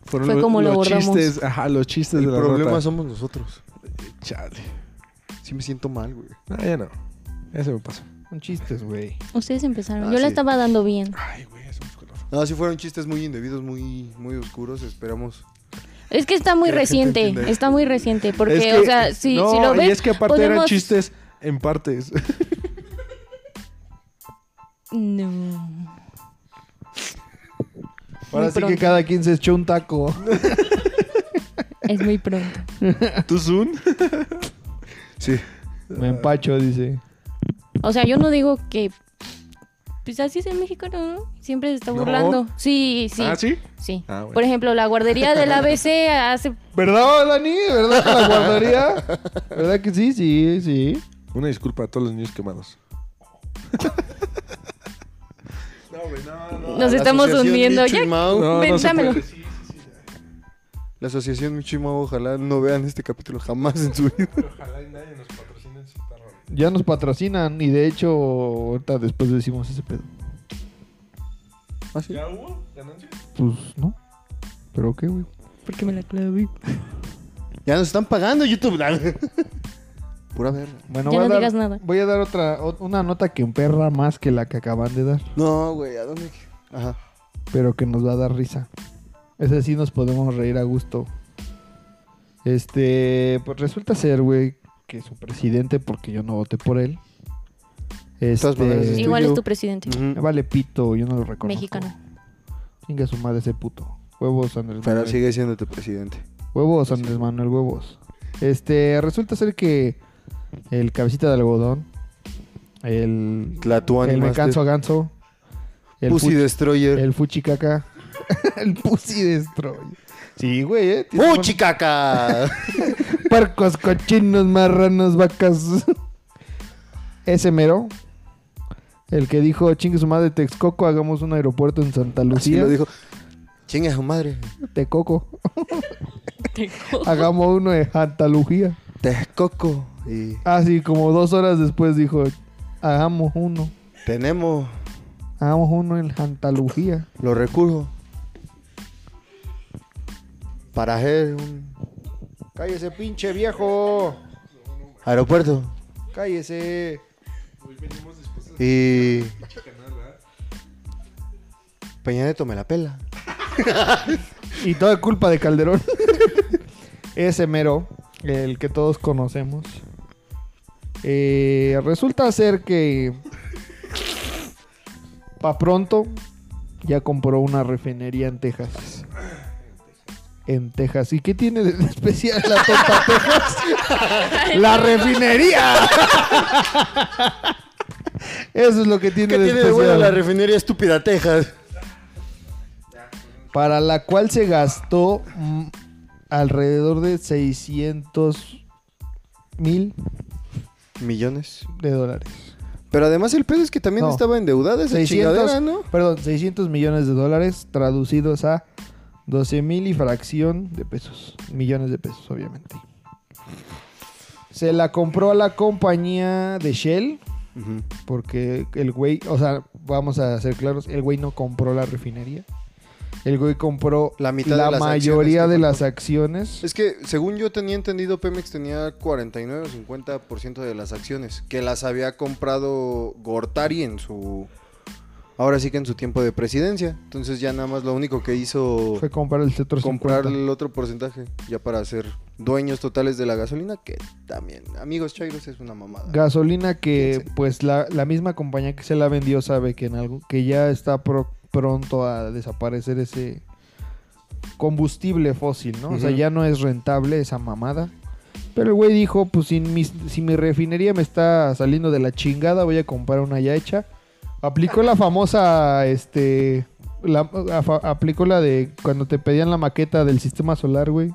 Speaker 4: Fueron
Speaker 1: Fue
Speaker 4: lo-
Speaker 1: como lo
Speaker 4: los
Speaker 1: abordamos.
Speaker 4: chistes, ajá, los chistes
Speaker 3: Oh, El
Speaker 4: de la
Speaker 3: problema
Speaker 4: nota.
Speaker 3: somos nosotros.
Speaker 4: Chale.
Speaker 3: Sí me siento mal, güey.
Speaker 4: No, ya no. Ya se me pasó.
Speaker 2: Son chistes, güey.
Speaker 1: Ustedes empezaron.
Speaker 3: Ah,
Speaker 1: Yo la
Speaker 3: sí.
Speaker 1: estaba dando bien.
Speaker 4: Ay, güey, hacemos calor.
Speaker 3: No, sí fueron chistes muy indebidos, muy, muy oscuros, esperamos.
Speaker 1: Es que está muy
Speaker 3: Que la gente
Speaker 1: reciente.
Speaker 3: entienda esto.
Speaker 1: Está muy reciente. Porque,
Speaker 4: Es que-
Speaker 1: o sea, si,
Speaker 4: no,
Speaker 1: si lo ves.
Speaker 4: Y es que aparte eran
Speaker 1: podemos-
Speaker 4: chistes en partes.
Speaker 1: No.
Speaker 2: Ahora
Speaker 1: Muy
Speaker 2: sí que
Speaker 1: pronto.
Speaker 2: cada quien se echó un taco.
Speaker 1: Es muy pronto.
Speaker 4: ¿Tú, Zoom?
Speaker 3: Sí.
Speaker 2: Me empacho, dice.
Speaker 1: O sea, yo no digo que. Pues así es el mexicano, ¿no? Siempre se está
Speaker 4: No.
Speaker 1: burlando. Sí, sí.
Speaker 4: ¿Ah,
Speaker 1: sí.
Speaker 4: sí? Ah, bueno.
Speaker 1: Por ejemplo, la guardería del ABC hace.
Speaker 2: ¿Verdad, Dani? ¿Verdad que la guardaría? ¿Verdad que sí? Sí, sí.
Speaker 4: Una disculpa a todos los niños quemados. no, güey, no, no.
Speaker 1: Nos
Speaker 3: La
Speaker 1: estamos
Speaker 3: asociación
Speaker 1: hundiendo.
Speaker 3: Micho y
Speaker 1: Ya.
Speaker 3: Mau.
Speaker 4: No,
Speaker 1: Ven,
Speaker 4: no se
Speaker 1: dámelo.
Speaker 4: puede. Sí, sí, sí.
Speaker 3: La asociación Micho y Mau, ojalá no vean este capítulo jamás en su vida.
Speaker 4: Ojalá y nadie nos patrocine en Citarro.
Speaker 2: Ya nos patrocinan y de hecho ahorita después decimos ese pedo.
Speaker 3: ¿Ah, sí?
Speaker 4: ¿Ya hubo ganancia?
Speaker 2: Pues no. ¿Pero qué, güey?
Speaker 1: Porque me la clavé.
Speaker 3: Ya nos están pagando YouTube. Pura verga.
Speaker 2: Bueno,
Speaker 1: Ya
Speaker 2: voy a
Speaker 1: no
Speaker 2: dar-
Speaker 1: digas nada.
Speaker 2: Voy a dar otra, o- una nota que emperra más que la que acaban de dar,
Speaker 3: No, güey, ¿a dónde? Ajá.
Speaker 2: pero que nos va a dar risa. Esa sí nos podemos reír a gusto. Este, pues resulta ser, güey, que su presidente, porque yo no voté por él.
Speaker 3: todas maneras es
Speaker 2: Este,
Speaker 1: Igual
Speaker 3: tuyo.
Speaker 1: es tu presidente.
Speaker 2: me vale pito, yo no lo reconozco.
Speaker 1: Mexicano.
Speaker 2: Chinga su madre ese puto. Huevos Andrés
Speaker 3: Pero
Speaker 2: Manuel.
Speaker 3: sigue siendo tu presidente.
Speaker 2: Huevos Andrés Manuel, huevos. Este, resulta ser que el cabecita de algodón, el
Speaker 3: Tlatuani
Speaker 2: El Eh, me
Speaker 3: Master.
Speaker 2: canso a ganso. El,
Speaker 3: Pussy
Speaker 2: fuchi,
Speaker 3: Destroyer.
Speaker 2: el fuchicaca. el pussy destroy. Sí, güey, eh. tiene
Speaker 3: ¡Puchi caca!
Speaker 2: un- Puercos, cochinos, marranos, vacas. Ese mero. El que dijo, chingue su madre, Texcoco, hagamos un aeropuerto en Santa
Speaker 3: Así
Speaker 2: Lucía.
Speaker 3: lo dijo. Chinga su madre.
Speaker 2: Texcoco.
Speaker 4: Pues
Speaker 2: hagamos uno de Santa Lucía.
Speaker 3: Texcoco. Y
Speaker 2: Así como dos horas después dijo, hagamos uno.
Speaker 3: tenemos
Speaker 2: Hagamos uno en Santa Lucía.
Speaker 3: los recursos para hacer un
Speaker 2: Cállese, pinche viejo.
Speaker 3: aeropuerto.
Speaker 2: Cállese.
Speaker 3: Y. Peña Nieto me la pela.
Speaker 2: Y toda culpa de Calderón. Ese mero, el que todos conocemos. Eh, resulta ser que. Pa' pronto, ya compró una refinería en Texas. En Texas. ¿Y qué tiene de especial la tonta Texas? ¡La refinería! Eso es lo que tiene
Speaker 3: ¿Qué
Speaker 2: de
Speaker 3: tiene de
Speaker 2: especial.
Speaker 3: bueno la refinería estúpida Texas?
Speaker 2: para la cual se gastó mm, alrededor de 600 mil
Speaker 3: Millones.
Speaker 2: de dólares.
Speaker 3: Pero además el pedo es que también
Speaker 2: No.
Speaker 3: estaba endeudada esa
Speaker 2: 600,
Speaker 3: chingadera, ¿no?
Speaker 2: Perdón, 600 millones de dólares traducidos a 12 mil y fracción de pesos. Millones de pesos, obviamente. Se la compró a la compañía de Shell
Speaker 3: Ujú.
Speaker 2: porque el güey, o sea, vamos a ser claros, el güey no compró la refinería. El güey compró
Speaker 3: La mitad de las
Speaker 2: mayoría
Speaker 3: acciones que
Speaker 2: de las
Speaker 3: compró.
Speaker 2: acciones.
Speaker 3: Es que, según yo tenía entendido, Pemex tenía 49 o 50% de las acciones, que las había comprado Gortari en su... Ahora sí que en su tiempo de presidencia. Entonces ya nada más lo único que hizo
Speaker 2: Fue comprar el Tetro
Speaker 3: comprar
Speaker 2: 50.
Speaker 3: el otro porcentaje, ya para ser dueños totales de la gasolina, que también, amigos Chairos, es una mamada.
Speaker 2: Gasolina que
Speaker 3: Fíjense.
Speaker 2: pues la, la misma compañía que se la vendió sabe que en algo que ya está pro- pronto a desaparecer ese combustible fósil, ¿no? O sea,
Speaker 3: Ujú.
Speaker 2: ya no es rentable esa mamada. Pero el güey dijo, pues si mi, si mi refinería me está saliendo de la chingada, voy a comprar una ya hecha. Aplicó la famosa, este, la, a- fa- aplicó la de cuando te pedían la maqueta del sistema solar, güey.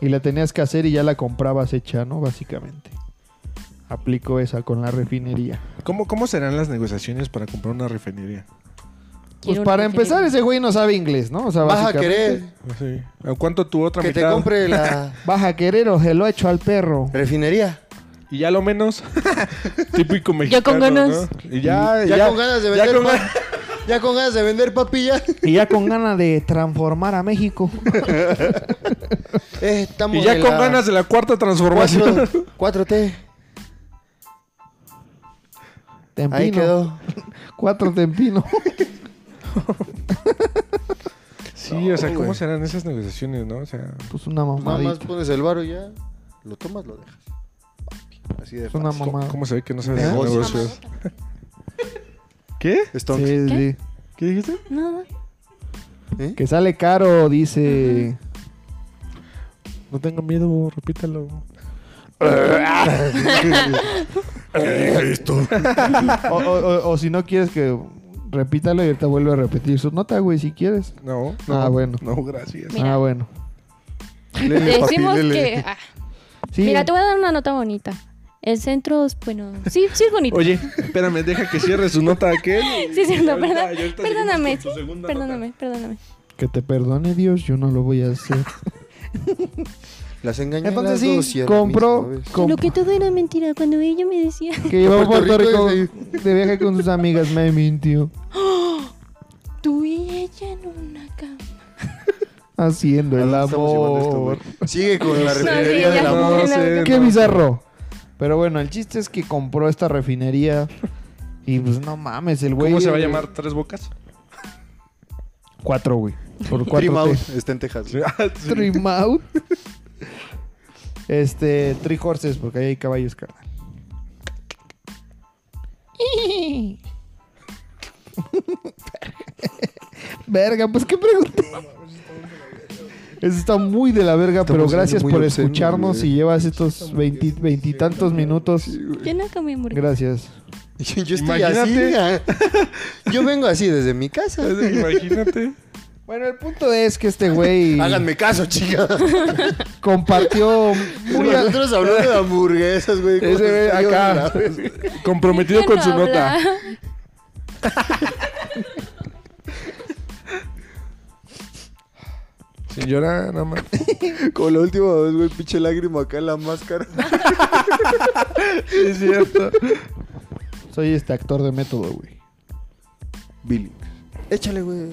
Speaker 2: Y la tenías que hacer y ya la comprabas hecha, ¿no? Básicamente. Aplicó esa con la refinería.
Speaker 4: ¿Cómo, ¿Cómo serán las negociaciones para comprar una refinería?
Speaker 2: Pues
Speaker 1: Quiero una
Speaker 2: para empezar,
Speaker 1: refinería.
Speaker 2: ese güey no sabe inglés, ¿no? O sea,
Speaker 3: Vas a
Speaker 2: básicamente-
Speaker 3: querer
Speaker 4: Sí. ¿A cuánto tu otra
Speaker 3: que te
Speaker 4: mitad?
Speaker 3: compre la
Speaker 2: Vas a querer o se lo ha hecho al perro.
Speaker 3: refinería.
Speaker 4: Y ya lo menos. Típico mexicano.
Speaker 1: con ganas.
Speaker 4: ¿no? Y ya,
Speaker 3: Ya, con ganas de
Speaker 4: ya
Speaker 3: vender
Speaker 4: con
Speaker 3: pa-
Speaker 4: ganas.
Speaker 3: ya con ganas de vender papilla.
Speaker 2: Y ya con ganas de transformar a México.
Speaker 3: Eh, estamos
Speaker 4: Y ya
Speaker 3: en
Speaker 4: con
Speaker 3: la
Speaker 4: ganas de la cuarta transformación.
Speaker 3: cuatro- 4T.
Speaker 2: Tempino.
Speaker 3: Ahí quedó.
Speaker 2: Cuatro tempino.
Speaker 4: Sí, o sea,
Speaker 3: No,
Speaker 4: ¿cómo
Speaker 3: güey.
Speaker 4: serán esas negociaciones, no? O sea,
Speaker 2: Pues una
Speaker 3: Pues nada más
Speaker 2: mamadita.
Speaker 3: pones el varo y ya. Lo tomas, lo dejas. Así de
Speaker 2: Es Pues una
Speaker 3: fácil.
Speaker 4: ¿cómo,
Speaker 2: mamada.
Speaker 4: cómo se ve que no sabes de
Speaker 3: Negocios.
Speaker 4: negocios? ¿Qué?
Speaker 3: Stonks.
Speaker 2: Sí,
Speaker 1: ¿Qué?
Speaker 2: sí.
Speaker 4: ¿Qué dijiste?
Speaker 1: Nada.
Speaker 3: ¿Eh?
Speaker 2: Que sale caro, dice.
Speaker 4: No tengo miedo, repítalo.
Speaker 2: O, o- o- o si no quieres que repítalo y él te vuelve a repetir su nota, güey, si quieres.
Speaker 4: No, no.
Speaker 2: Ah, bueno.
Speaker 4: No, gracias.
Speaker 1: Mira.
Speaker 2: Ah, bueno.
Speaker 3: Lele,
Speaker 1: Te
Speaker 3: papi,
Speaker 1: decimos
Speaker 3: lele.
Speaker 1: que. ah,
Speaker 2: Sí,
Speaker 1: Mira, te voy a dar una nota bonita. El centro, es, bueno, sí, sí es bonito.
Speaker 4: Oye, espérame, deja que cierre su nota aquel.
Speaker 1: Sí, sí, no,
Speaker 4: Ahorita-
Speaker 1: perdón,
Speaker 4: y ahorita
Speaker 1: perdóname,
Speaker 4: seguimos con tu segunda
Speaker 1: perdóname, perdóname.
Speaker 2: que te perdone Dios, yo no lo voy a hacer.
Speaker 3: Las engañé a
Speaker 2: Entonces
Speaker 3: las dos y
Speaker 2: sí,
Speaker 3: a la
Speaker 2: compró,
Speaker 3: misma vez.
Speaker 1: Lo
Speaker 2: compró
Speaker 1: que todo era mentira cuando ella me decía.
Speaker 2: que llevó a Puerto
Speaker 3: Puerto
Speaker 2: Rico
Speaker 3: Rico
Speaker 2: de viaje con sus amigas, me mintió.
Speaker 1: Tú y ella en una cama.
Speaker 2: Haciendo el
Speaker 3: Ah, estamos llevando esto,
Speaker 2: amor.
Speaker 3: güey. Sigue con la refinería
Speaker 1: sí,
Speaker 3: del
Speaker 1: ya.
Speaker 3: amor.
Speaker 4: No,
Speaker 1: No,
Speaker 4: sé,
Speaker 2: Qué
Speaker 4: no.
Speaker 2: bizarro. Pero bueno, el chiste es que compró esta refinería. Y pues no mames, el güey.
Speaker 4: ¿Cómo se va a llamar? ¿Tres bocas?
Speaker 2: Cuatro, güey. Por cuatro.
Speaker 3: Trimaut
Speaker 2: T.
Speaker 3: está en Texas.
Speaker 4: Ah,
Speaker 2: Trimaut. Este, Three Horses, porque ahí hay caballos, carnal. verga, pues qué pregunta. Eso está muy de la verga,
Speaker 3: Estamos
Speaker 2: pero gracias
Speaker 3: siendo muy
Speaker 2: por
Speaker 3: obscenos,
Speaker 2: escucharnos
Speaker 3: güey.
Speaker 2: y llevas estos veinti- veintitantos minutos.
Speaker 1: Yo no comí hamburguesa.
Speaker 2: Gracias.
Speaker 3: Yo estoy
Speaker 4: Imagínate.
Speaker 3: así. ah. Yo vengo así desde mi casa.
Speaker 4: Imagínate.
Speaker 2: Bueno, el punto es que este güey
Speaker 3: Háganme caso, chica.
Speaker 2: compartió muy a-
Speaker 3: Nosotros hablando de hamburguesas, güey. ¿cómo
Speaker 4: Ese güey
Speaker 3: está yo
Speaker 4: acá.
Speaker 3: hablando?
Speaker 4: Comprometido con su
Speaker 1: Déjenlo
Speaker 4: nota.
Speaker 1: hablar.
Speaker 4: Señora, nada más.
Speaker 3: Como la última vez, güey, pinche lágrima acá en la máscara.
Speaker 4: Es cierto.
Speaker 2: Soy este actor de método, güey.
Speaker 3: Billy. Échale, güey.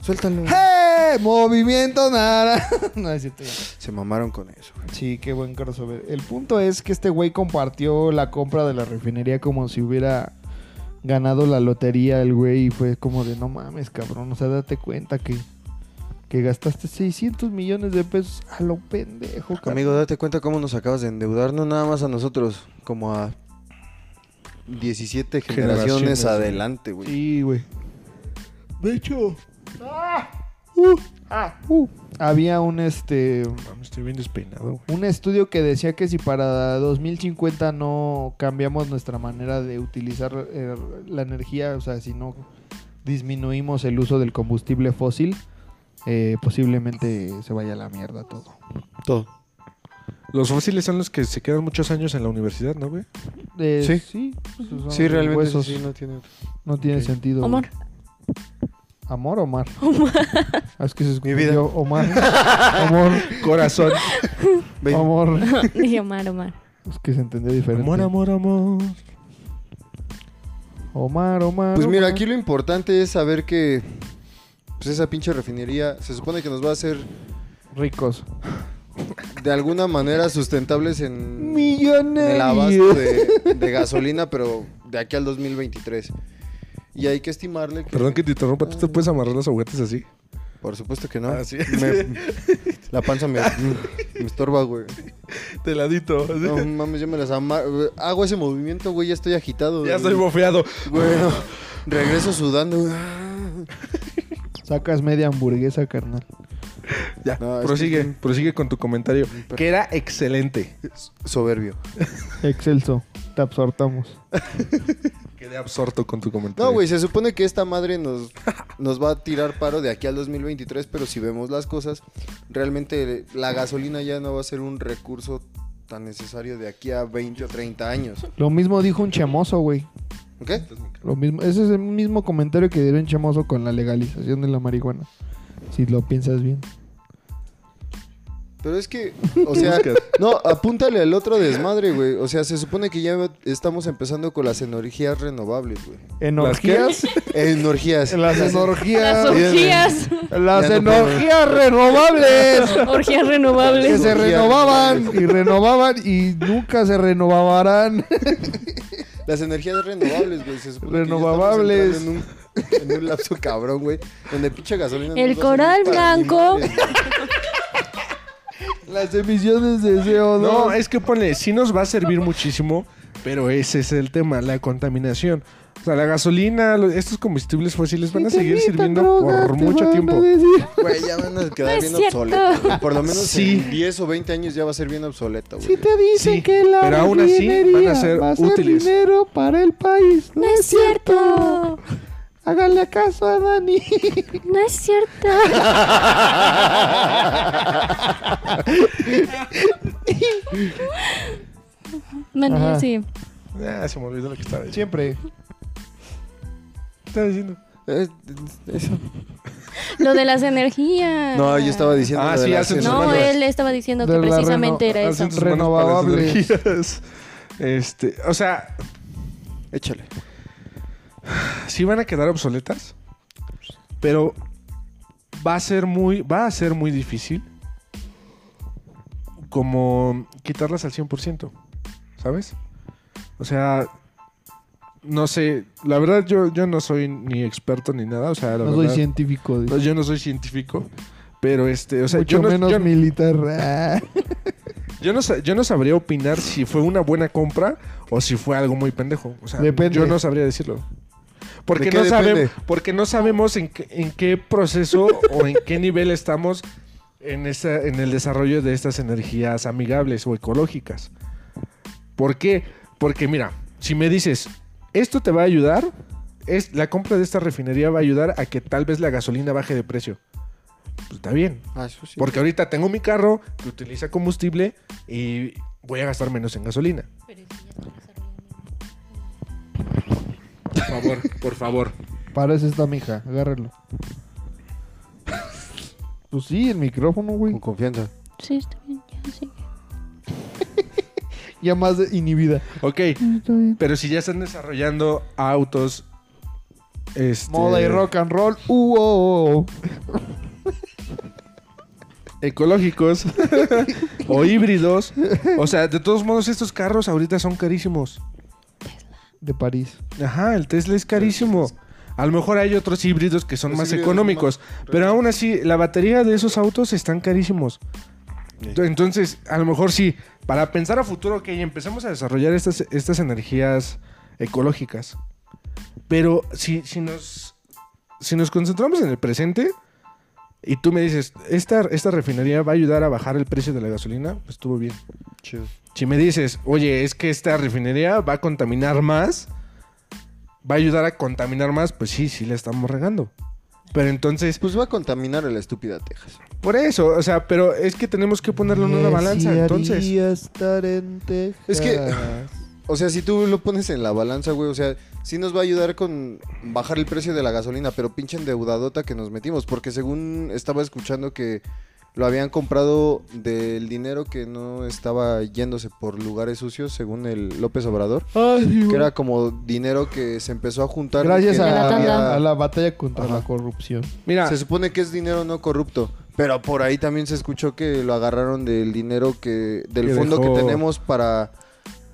Speaker 3: Suéltalo.
Speaker 2: ¡Hey! ¡Eh! Movimiento nada. no es cierto.
Speaker 3: Se mamaron con eso, güey.
Speaker 2: Sí, qué buen crossover. El punto es que este güey compartió la compra de la refinería como si hubiera ganado la lotería el güey y fue como de no mames, cabrón, o sea, date cuenta que, que gastaste 600 millones de pesos a lo pendejo, cabrón.
Speaker 3: Amigo, date cuenta cómo nos acabas de endeudar, no nada más a nosotros, como a 17 generaciones,
Speaker 4: Generaciones, sí.
Speaker 3: adelante, güey.
Speaker 2: Sí, güey. De hecho, Uh, uh, había un este
Speaker 4: Mami, estoy bien despeinado, güey.
Speaker 2: un estudio que decía que si para 2050 no cambiamos nuestra manera de utilizar eh, la energía, o sea, si no disminuimos el uso del combustible fósil, eh, posiblemente se vaya a la mierda todo.
Speaker 3: Todo.
Speaker 4: Los fósiles son los que se quedan muchos años en la universidad, ¿no, güey?
Speaker 2: Eh,
Speaker 3: Sí.
Speaker 2: pues, son
Speaker 3: Sí, realmente
Speaker 2: huesos.
Speaker 3: sí, no tiene otro.
Speaker 2: No tiene
Speaker 4: Ok.
Speaker 2: sentido. güey.
Speaker 1: Omar.
Speaker 2: ¿Amor o mar? Ah, es que se
Speaker 3: Mi
Speaker 2: escuchó
Speaker 3: vida.
Speaker 2: Omar. Amor.
Speaker 4: Corazón.
Speaker 3: Ven.
Speaker 2: Amor.
Speaker 1: Dije Omar, Omar.
Speaker 2: Es que se entendió diferente.
Speaker 4: amor, amor, amor.
Speaker 2: Omar, Omar.
Speaker 3: Pues mira,
Speaker 2: Omar.
Speaker 3: aquí lo importante es saber que pues esa pinche refinería se supone que nos va a hacer
Speaker 2: Ricos.
Speaker 3: de alguna manera sustentables en, en el abasto
Speaker 2: Millonarios.
Speaker 3: de, de gasolina, pero de aquí al 2023. Y hay que estimarle que...
Speaker 4: Perdón que te interrumpa, ¿tú te puedes amarrar los agujetes así?
Speaker 3: Por supuesto que no.
Speaker 4: Así es.
Speaker 3: Me- la panza me, me estorba, güey.
Speaker 4: Teladito. así.
Speaker 3: No mames, yo me las amarro. Hago ese movimiento, güey, ya estoy agitado.
Speaker 4: ya
Speaker 3: güey.
Speaker 4: estoy bofeado.
Speaker 3: Bueno, regreso sudando. Ah, güey.
Speaker 2: Sacas media hamburguesa, carnal.
Speaker 4: Ya,
Speaker 3: No, es que-
Speaker 4: prosigue, prosigue con tu comentario. Que era excelente.
Speaker 3: Soberbio.
Speaker 2: Excelso. Te absortamos.
Speaker 4: Quedé absorto con tu comentario.
Speaker 3: No, güey, se supone que esta madre nos, nos va a tirar paro de aquí al 2023, pero si vemos las cosas, realmente la gasolina ya no va a ser un recurso tan necesario de aquí a 20 o 30 años.
Speaker 2: Lo mismo dijo un chamoso, güey.
Speaker 3: ¿Ok?
Speaker 2: Lo mismo. Ese es el mismo comentario que dieron chamoso con la legalización de la marihuana. Si lo piensas bien.
Speaker 3: Pero es que, o sea, no, apúntale al otro desmadre, güey. O sea, se supone que ya estamos empezando con las energías renovables, güey.
Speaker 2: Energías.
Speaker 3: Energías.
Speaker 2: Las energías.
Speaker 1: Las orgías.
Speaker 2: Las
Speaker 3: Ya no puedo.
Speaker 2: energías renovables.
Speaker 1: Orgías
Speaker 2: que
Speaker 1: renovables.
Speaker 2: se
Speaker 3: Energías
Speaker 2: renovaban y renovaban y nunca se renovaban.
Speaker 3: Las energías renovables, güey. se supone que ya estamos
Speaker 4: Renovables.
Speaker 3: entrando En un, en un lapso cabrón, güey. Donde pinche gasolina. nos
Speaker 1: El
Speaker 3: va a servir
Speaker 1: coral
Speaker 3: para ni
Speaker 1: blanco.
Speaker 3: madres.
Speaker 2: Las emisiones de CO2.
Speaker 4: No, es que ponle, sí nos va a servir muchísimo, pero ese es el tema, la contaminación. O sea, la gasolina, lo- estos combustibles fósiles van a seguir sirviendo por mucho tiempo.
Speaker 3: Güey, ya van a quedar
Speaker 1: No es
Speaker 3: bien
Speaker 1: cierto.
Speaker 3: obsoletos. güey. Por lo menos
Speaker 4: Sí.
Speaker 3: en 10 o 20 años ya va a ser bien obsoleto, güey.
Speaker 2: Si te dicen
Speaker 4: Sí,
Speaker 2: que la
Speaker 4: pero aún así van a
Speaker 2: refinería
Speaker 4: ser
Speaker 2: va a
Speaker 4: útiles.
Speaker 2: dinero para el país.
Speaker 1: No es cierto.
Speaker 2: Háganle caso a Dani.
Speaker 1: No es cierto. Bueno,
Speaker 2: Ajá.
Speaker 1: yo sí.
Speaker 4: Ah, se me olvidó lo que estaba diciendo.
Speaker 2: Siempre.
Speaker 4: Estaba diciendo.
Speaker 3: Es- eso.
Speaker 1: Lo de las energías.
Speaker 3: No, yo estaba diciendo.
Speaker 4: Ah,
Speaker 3: lo de
Speaker 4: sí,
Speaker 3: las
Speaker 4: hacen sus
Speaker 1: No,
Speaker 3: energías.
Speaker 4: manos.
Speaker 1: él estaba diciendo
Speaker 2: De
Speaker 1: que
Speaker 2: la
Speaker 1: precisamente era eso.
Speaker 4: Alcen sus manos para las
Speaker 2: Renovables.
Speaker 4: energías. Este, o sea,
Speaker 3: Échale.
Speaker 4: sí van a quedar obsoletas, pero va a ser muy, va a ser muy difícil como quitarlas al 100%, ¿sabes? O sea, no sé, la verdad yo, yo no soy ni experto ni nada, o sea, la
Speaker 2: No soy
Speaker 4: verdad,
Speaker 2: científico. dice.
Speaker 4: no, yo no soy científico, pero este, o sea,
Speaker 2: Mucho
Speaker 4: yo no,
Speaker 2: menos
Speaker 4: yo-
Speaker 2: militar. Ah.
Speaker 4: yo no sa- yo no sabría opinar si fue una buena compra o si fue algo muy pendejo. O sea,
Speaker 2: Depende.
Speaker 4: yo no sabría decirlo. Porque
Speaker 3: ¿De qué
Speaker 4: no,
Speaker 3: depende?
Speaker 4: sabe- porque no sabemos en, qué- en qué proceso o en qué nivel estamos en, esa- en el desarrollo de estas energías amigables o ecológicas. ¿Por qué? Porque mira, si me dices, esto te va a ayudar, es, la compra de esta refinería va a ayudar a que tal vez la gasolina baje de precio. Pues está bien,
Speaker 3: Ah, eso sí.
Speaker 4: porque ahorita tengo mi carro que utiliza combustible y voy a gastar menos en gasolina. Por favor, por favor.
Speaker 2: Para eso está mi hija. Agárralo. Pues sí, el micrófono, güey.
Speaker 3: Con confianza.
Speaker 1: Sí, está bien. ya, sí.
Speaker 2: Ya más de- inhibida.
Speaker 4: Ok,
Speaker 2: Está bien.
Speaker 4: pero si ya están desarrollando autos... este,
Speaker 2: Moda y rock and roll. Uh, oh, oh, oh.
Speaker 4: Ecológicos o híbridos. O sea, de todos modos, estos carros ahorita son carísimos.
Speaker 2: De París.
Speaker 4: Ajá, el Tesla es carísimo. A lo mejor hay otros híbridos que son
Speaker 3: Los
Speaker 4: más
Speaker 3: híbridos
Speaker 4: económicos, pero aún así la batería de esos autos están carísimos.
Speaker 3: Sí.
Speaker 4: Entonces, a lo mejor sí, para pensar a futuro, ok, empecemos a desarrollar estas, estas energías ecológicas. Pero si, si, nos, si nos concentramos en el presente y tú me dices, esta, esta refinería va a ayudar a bajar el precio de la gasolina, pues estuvo bien.
Speaker 3: Chido.
Speaker 4: Si me dices, oye, es que esta refinería va a contaminar más, va a ayudar a contaminar más, pues sí, sí la estamos regando. Pero entonces,
Speaker 3: Pues va a contaminar a la estúpida Texas.
Speaker 4: por eso, o sea, pero es que tenemos que ponerlo en una balanza, entonces.
Speaker 2: Desearía estar en Texas.
Speaker 3: Es que- O sea, si tú lo pones en la balanza, güey, o sea, sí nos va a ayudar con bajar el precio de la gasolina, pero pinche endeudadota que nos metimos, porque según estaba escuchando que lo habían comprado del dinero que no estaba yéndose por lugares sucios, según el López Obrador,
Speaker 2: Ay, güey.
Speaker 3: que era como dinero que se empezó a juntar.
Speaker 2: Gracias
Speaker 3: que
Speaker 1: De la
Speaker 2: a,
Speaker 1: tanda.
Speaker 2: a la batalla contra
Speaker 3: Ajá.
Speaker 2: la corrupción.
Speaker 4: Mira,
Speaker 3: Se supone que es dinero no corrupto, pero por ahí también se escuchó que lo agarraron del dinero que del
Speaker 4: Que
Speaker 3: fondo
Speaker 4: dejó-
Speaker 3: que tenemos para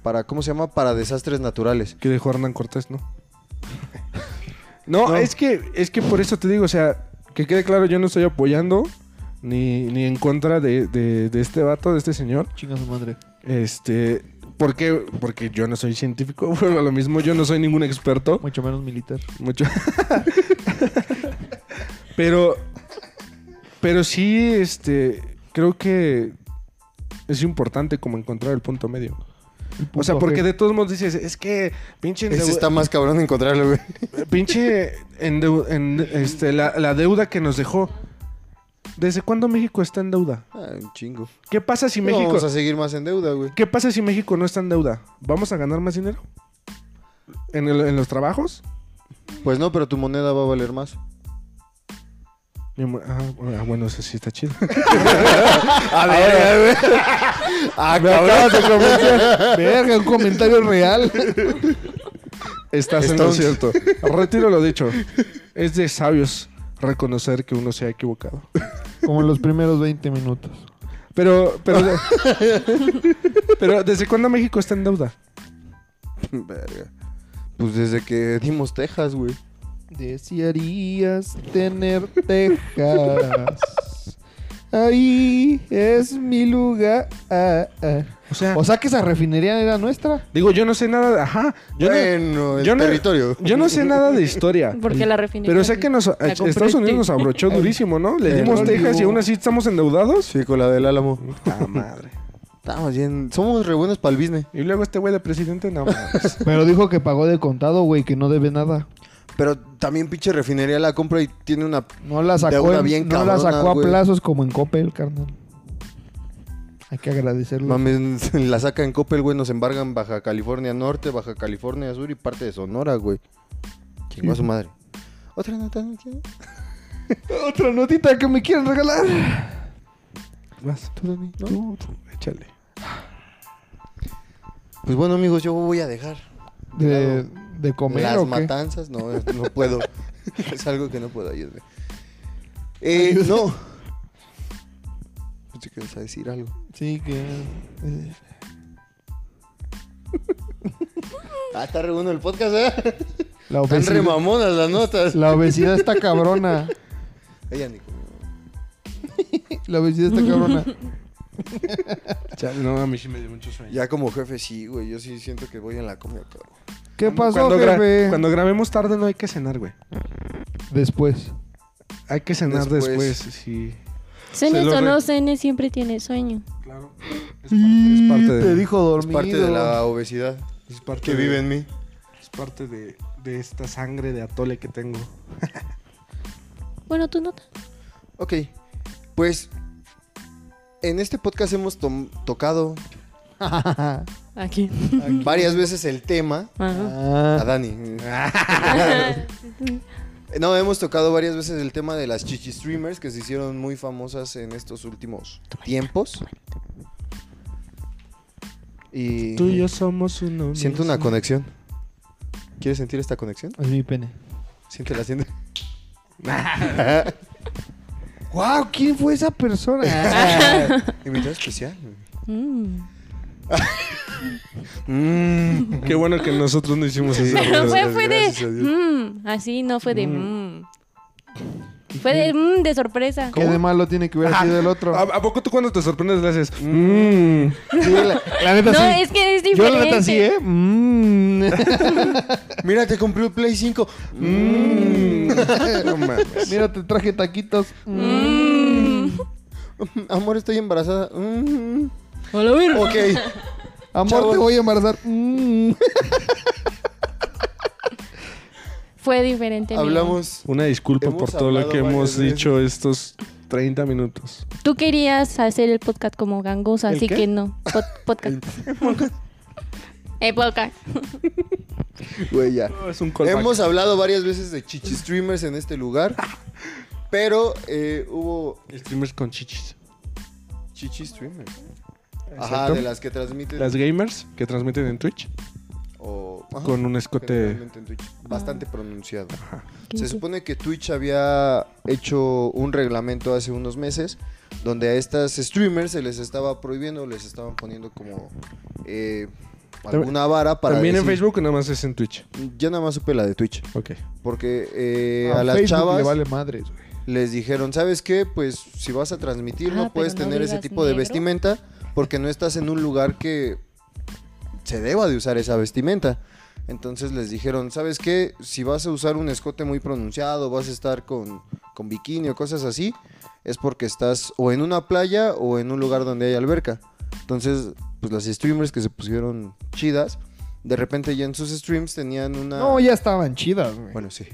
Speaker 3: para ¿cómo se llama? para desastres naturales.
Speaker 4: que dejó Hernán Cortés, ¿no? no,
Speaker 3: No.
Speaker 4: es que es que por eso te digo, o sea, que quede claro, yo no estoy apoyando ni, ni en contra de- de- de este vato, de este señor.
Speaker 2: Chinga su madre.
Speaker 4: Este, ¿por qué? Porque yo no soy científico, bueno, lo mismo, yo no soy ningún experto.
Speaker 2: Mucho menos militar.
Speaker 4: Mucho. pero. Pero sí, este. Creo que es importante como encontrar el punto medio. O sea, porque de todos modos dices, es que pinche, endeu-
Speaker 3: Ese está más cabrón de encontrarlo, güey.
Speaker 4: pinche endeu- en- este, la, la deuda que nos dejó. ¿Desde cuándo México está en deuda?
Speaker 3: Ah, un chingo.
Speaker 4: ¿Qué pasa si
Speaker 3: No,
Speaker 4: México,
Speaker 3: Vamos a seguir más en deuda, güey.
Speaker 4: ¿qué pasa si México no está en deuda? ¿Vamos a ganar más dinero? ¿En, el- en los trabajos?
Speaker 3: Pues no, pero tu moneda va a valer más.
Speaker 4: Mi amor- Ah, bueno, eso sí está chido.
Speaker 3: A ver, a ver. Ah, cabrón.
Speaker 2: Acabas de convencer. Verga, un comentario real.
Speaker 4: Estás en lo
Speaker 3: Entonces-
Speaker 4: cierto. Retiro lo dicho. Es de sabios reconocer que uno se ha equivocado.
Speaker 2: Como en los primeros 20 minutos.
Speaker 4: Pero, pero, pero ¿desde cuándo México está en deuda?
Speaker 3: Verga. Pues desde que dimos Texas, güey.
Speaker 2: Desearías tener Texas. Ahí es mi lugar. Ah,
Speaker 4: O sea,
Speaker 2: O sea que esa refinería era nuestra.
Speaker 4: digo, yo no sé nada. Ajá. Yo no-
Speaker 3: bueno, el
Speaker 4: yo no-
Speaker 3: territorio.
Speaker 4: yo no sé nada de historia.
Speaker 1: Porque la refinería.
Speaker 4: Pero sé que nos, eh,
Speaker 1: compré.
Speaker 4: Estados Unidos nos abrochó durísimo, ¿no? Le dimos
Speaker 3: Petróleo.
Speaker 4: Texas y aún así estamos endeudados.
Speaker 3: Sí, con la del Álamo.
Speaker 4: Ah, madre.
Speaker 3: Estamos bien. Somos re buenos para el business.
Speaker 4: Y luego este güey de presidente, no mames.
Speaker 2: Pero dijo que pagó de contado, güey, que no debe nada.
Speaker 3: Pero también pinche refinería la compra y tiene una...
Speaker 2: No la sacó,
Speaker 3: Deuda
Speaker 2: en-
Speaker 3: bien
Speaker 2: no la
Speaker 3: cabrona,
Speaker 2: sacó a
Speaker 3: güey.
Speaker 2: plazos como en Coppel, carnal. Hay que agradecerlo.
Speaker 3: Mames, la saca en Coppel, güey. Nos embargan Baja California Norte, Baja California Sur y parte de Sonora, güey. Chingó a su madre. ¿Otra nota no tiene?
Speaker 2: Otra notita que me quieren regalar.
Speaker 4: Vas,
Speaker 3: ¿Tú, Dani? ¿No?
Speaker 4: tú, tú, échale.
Speaker 3: Pues bueno, amigos, yo voy a dejar.
Speaker 2: De, de comer
Speaker 3: Las
Speaker 2: o qué?
Speaker 3: matanzas, no, eh, no puedo. es algo que no puedo ayudarme. Eh, no. Pensé que ibas a decir algo.
Speaker 2: Sí, que... eh,
Speaker 3: Ah, está re bueno el podcast, ¿eh?
Speaker 2: la,
Speaker 3: Están re
Speaker 2: obesidad,
Speaker 3: mamonas las notas.
Speaker 2: la obesidad está cabrona.
Speaker 3: Ella ni comió.
Speaker 2: La obesidad está cabrona.
Speaker 4: Chale, no, a mí sí me dio mucho sueño.
Speaker 3: Ya como jefe, sí, güey. Yo sí siento que voy en la comida, cabrón.
Speaker 2: ¿Qué pasó,
Speaker 4: cuando, gra-
Speaker 2: jefe?
Speaker 4: cuando grabemos tarde no hay que cenar, güey.
Speaker 2: Después.
Speaker 4: Hay que cenar
Speaker 3: Después.
Speaker 4: después, sí.
Speaker 1: Cenes
Speaker 4: Se lo
Speaker 1: o
Speaker 4: re-
Speaker 1: no cenes, siempre tiene sueño.
Speaker 4: Claro. Es
Speaker 2: Y
Speaker 4: parte,
Speaker 2: te
Speaker 4: de,
Speaker 2: dijo
Speaker 3: Es
Speaker 2: dormido.
Speaker 3: parte de la obesidad
Speaker 4: es parte
Speaker 3: que
Speaker 4: de-
Speaker 3: vive en mí.
Speaker 4: Es parte de, de esta sangre de atole que tengo.
Speaker 1: Bueno, tú nota.
Speaker 3: Ok, pues en este podcast hemos tom- tocado
Speaker 1: Aquí.
Speaker 3: varias veces el tema
Speaker 1: Ajá.
Speaker 3: a
Speaker 2: Ah,
Speaker 3: Dani. No, hemos tocado varias veces el tema de las chichi streamers que se hicieron muy famosas en estos últimos tiempos. Y
Speaker 4: Tú y yo somos uno.
Speaker 3: siento una conexión. ¿Quieres sentir esta conexión?
Speaker 2: es mi pene.
Speaker 3: Siéntela, siente.
Speaker 2: ¡Wow! ¿Quién fue esa persona?
Speaker 3: Invitado especial.
Speaker 1: Mm.
Speaker 3: Mm.
Speaker 4: Qué bueno que nosotros no hicimos eso.
Speaker 1: Pero fue,
Speaker 3: Gracias,
Speaker 1: fue
Speaker 3: gracias
Speaker 1: de.
Speaker 3: a Dios.
Speaker 1: mm, así, no fue de. mm. Fue de, mm, de sorpresa.
Speaker 2: ¿Qué de malo tiene que hubiera sido el otro?
Speaker 4: ¿A,
Speaker 3: Ah,
Speaker 4: a poco tú cuando te sorprendes le haces? "Mm"?
Speaker 2: Sí, la, la neta
Speaker 1: No,
Speaker 2: sí.
Speaker 1: es que es
Speaker 2: Yo
Speaker 1: diferente.
Speaker 2: la neta sí, ¿eh? Mm.
Speaker 3: Mira, te compré el Play 5.
Speaker 4: Mm. No mames.
Speaker 2: Mira, te traje taquitos. Mm.
Speaker 1: Mm.
Speaker 3: Amor, estoy embarazada. Mm.
Speaker 1: Hola, mira.
Speaker 3: Ok.
Speaker 2: Amor,
Speaker 3: Chavos.
Speaker 2: te voy a embarazar. Mm.
Speaker 1: Fue diferente. amigo.
Speaker 3: Hablamos.
Speaker 4: Una disculpa
Speaker 3: Hemos
Speaker 4: por todo lo
Speaker 3: hablado
Speaker 4: que
Speaker 3: varias
Speaker 4: hemos
Speaker 3: veces.
Speaker 4: dicho estos 30 minutos.
Speaker 1: Tú querías hacer el podcast como gangosa,
Speaker 4: ¿El
Speaker 1: así
Speaker 4: qué?
Speaker 1: que no. Pod- podcast. el podcast.
Speaker 3: Güey, ya.
Speaker 4: es un
Speaker 3: Hemos hablado varias veces de chichi streamers en este lugar, pero eh, hubo
Speaker 4: Streamers con chichis.
Speaker 3: chichi streamers. Ajá,
Speaker 4: Exacto.
Speaker 3: de las que transmiten
Speaker 4: Las gamers que transmiten en Twitch
Speaker 3: o- ajá,
Speaker 4: con un escote.
Speaker 3: generalmente en Twitch, bastante pronunciado. Se
Speaker 1: Quince.
Speaker 3: supone que Twitch había hecho un reglamento hace unos meses donde a estas streamers se les estaba prohibiendo, les estaban poniendo como eh, alguna vara para
Speaker 4: También en
Speaker 3: decir-
Speaker 4: Facebook nada más es en Twitch.
Speaker 3: Yo nada más supe la de Twitch,
Speaker 4: Ok.
Speaker 3: porque eh,
Speaker 2: A
Speaker 3: a las
Speaker 2: Ah, Facebook
Speaker 3: chavas
Speaker 2: le vale madres, güey.
Speaker 3: les dijeron, ¿sabes qué? Pues si vas a transmitir
Speaker 1: Ah,
Speaker 3: no
Speaker 1: pero
Speaker 3: puedes
Speaker 1: no
Speaker 3: tener ese
Speaker 1: digas
Speaker 3: tipo de
Speaker 1: negro.
Speaker 3: vestimenta porque no estás en un lugar que se deba de usar esa vestimenta. Entonces les dijeron, ¿sabes qué? Si vas a usar un escote muy pronunciado, vas a estar con, con bikini o cosas así, es porque estás o en una playa o en un lugar donde hay alberca. Entonces, pues las streamers que se pusieron chidas, de repente ya en sus streams tenían una...
Speaker 2: No, ya estaban chidas, güey.
Speaker 3: Bueno, sí.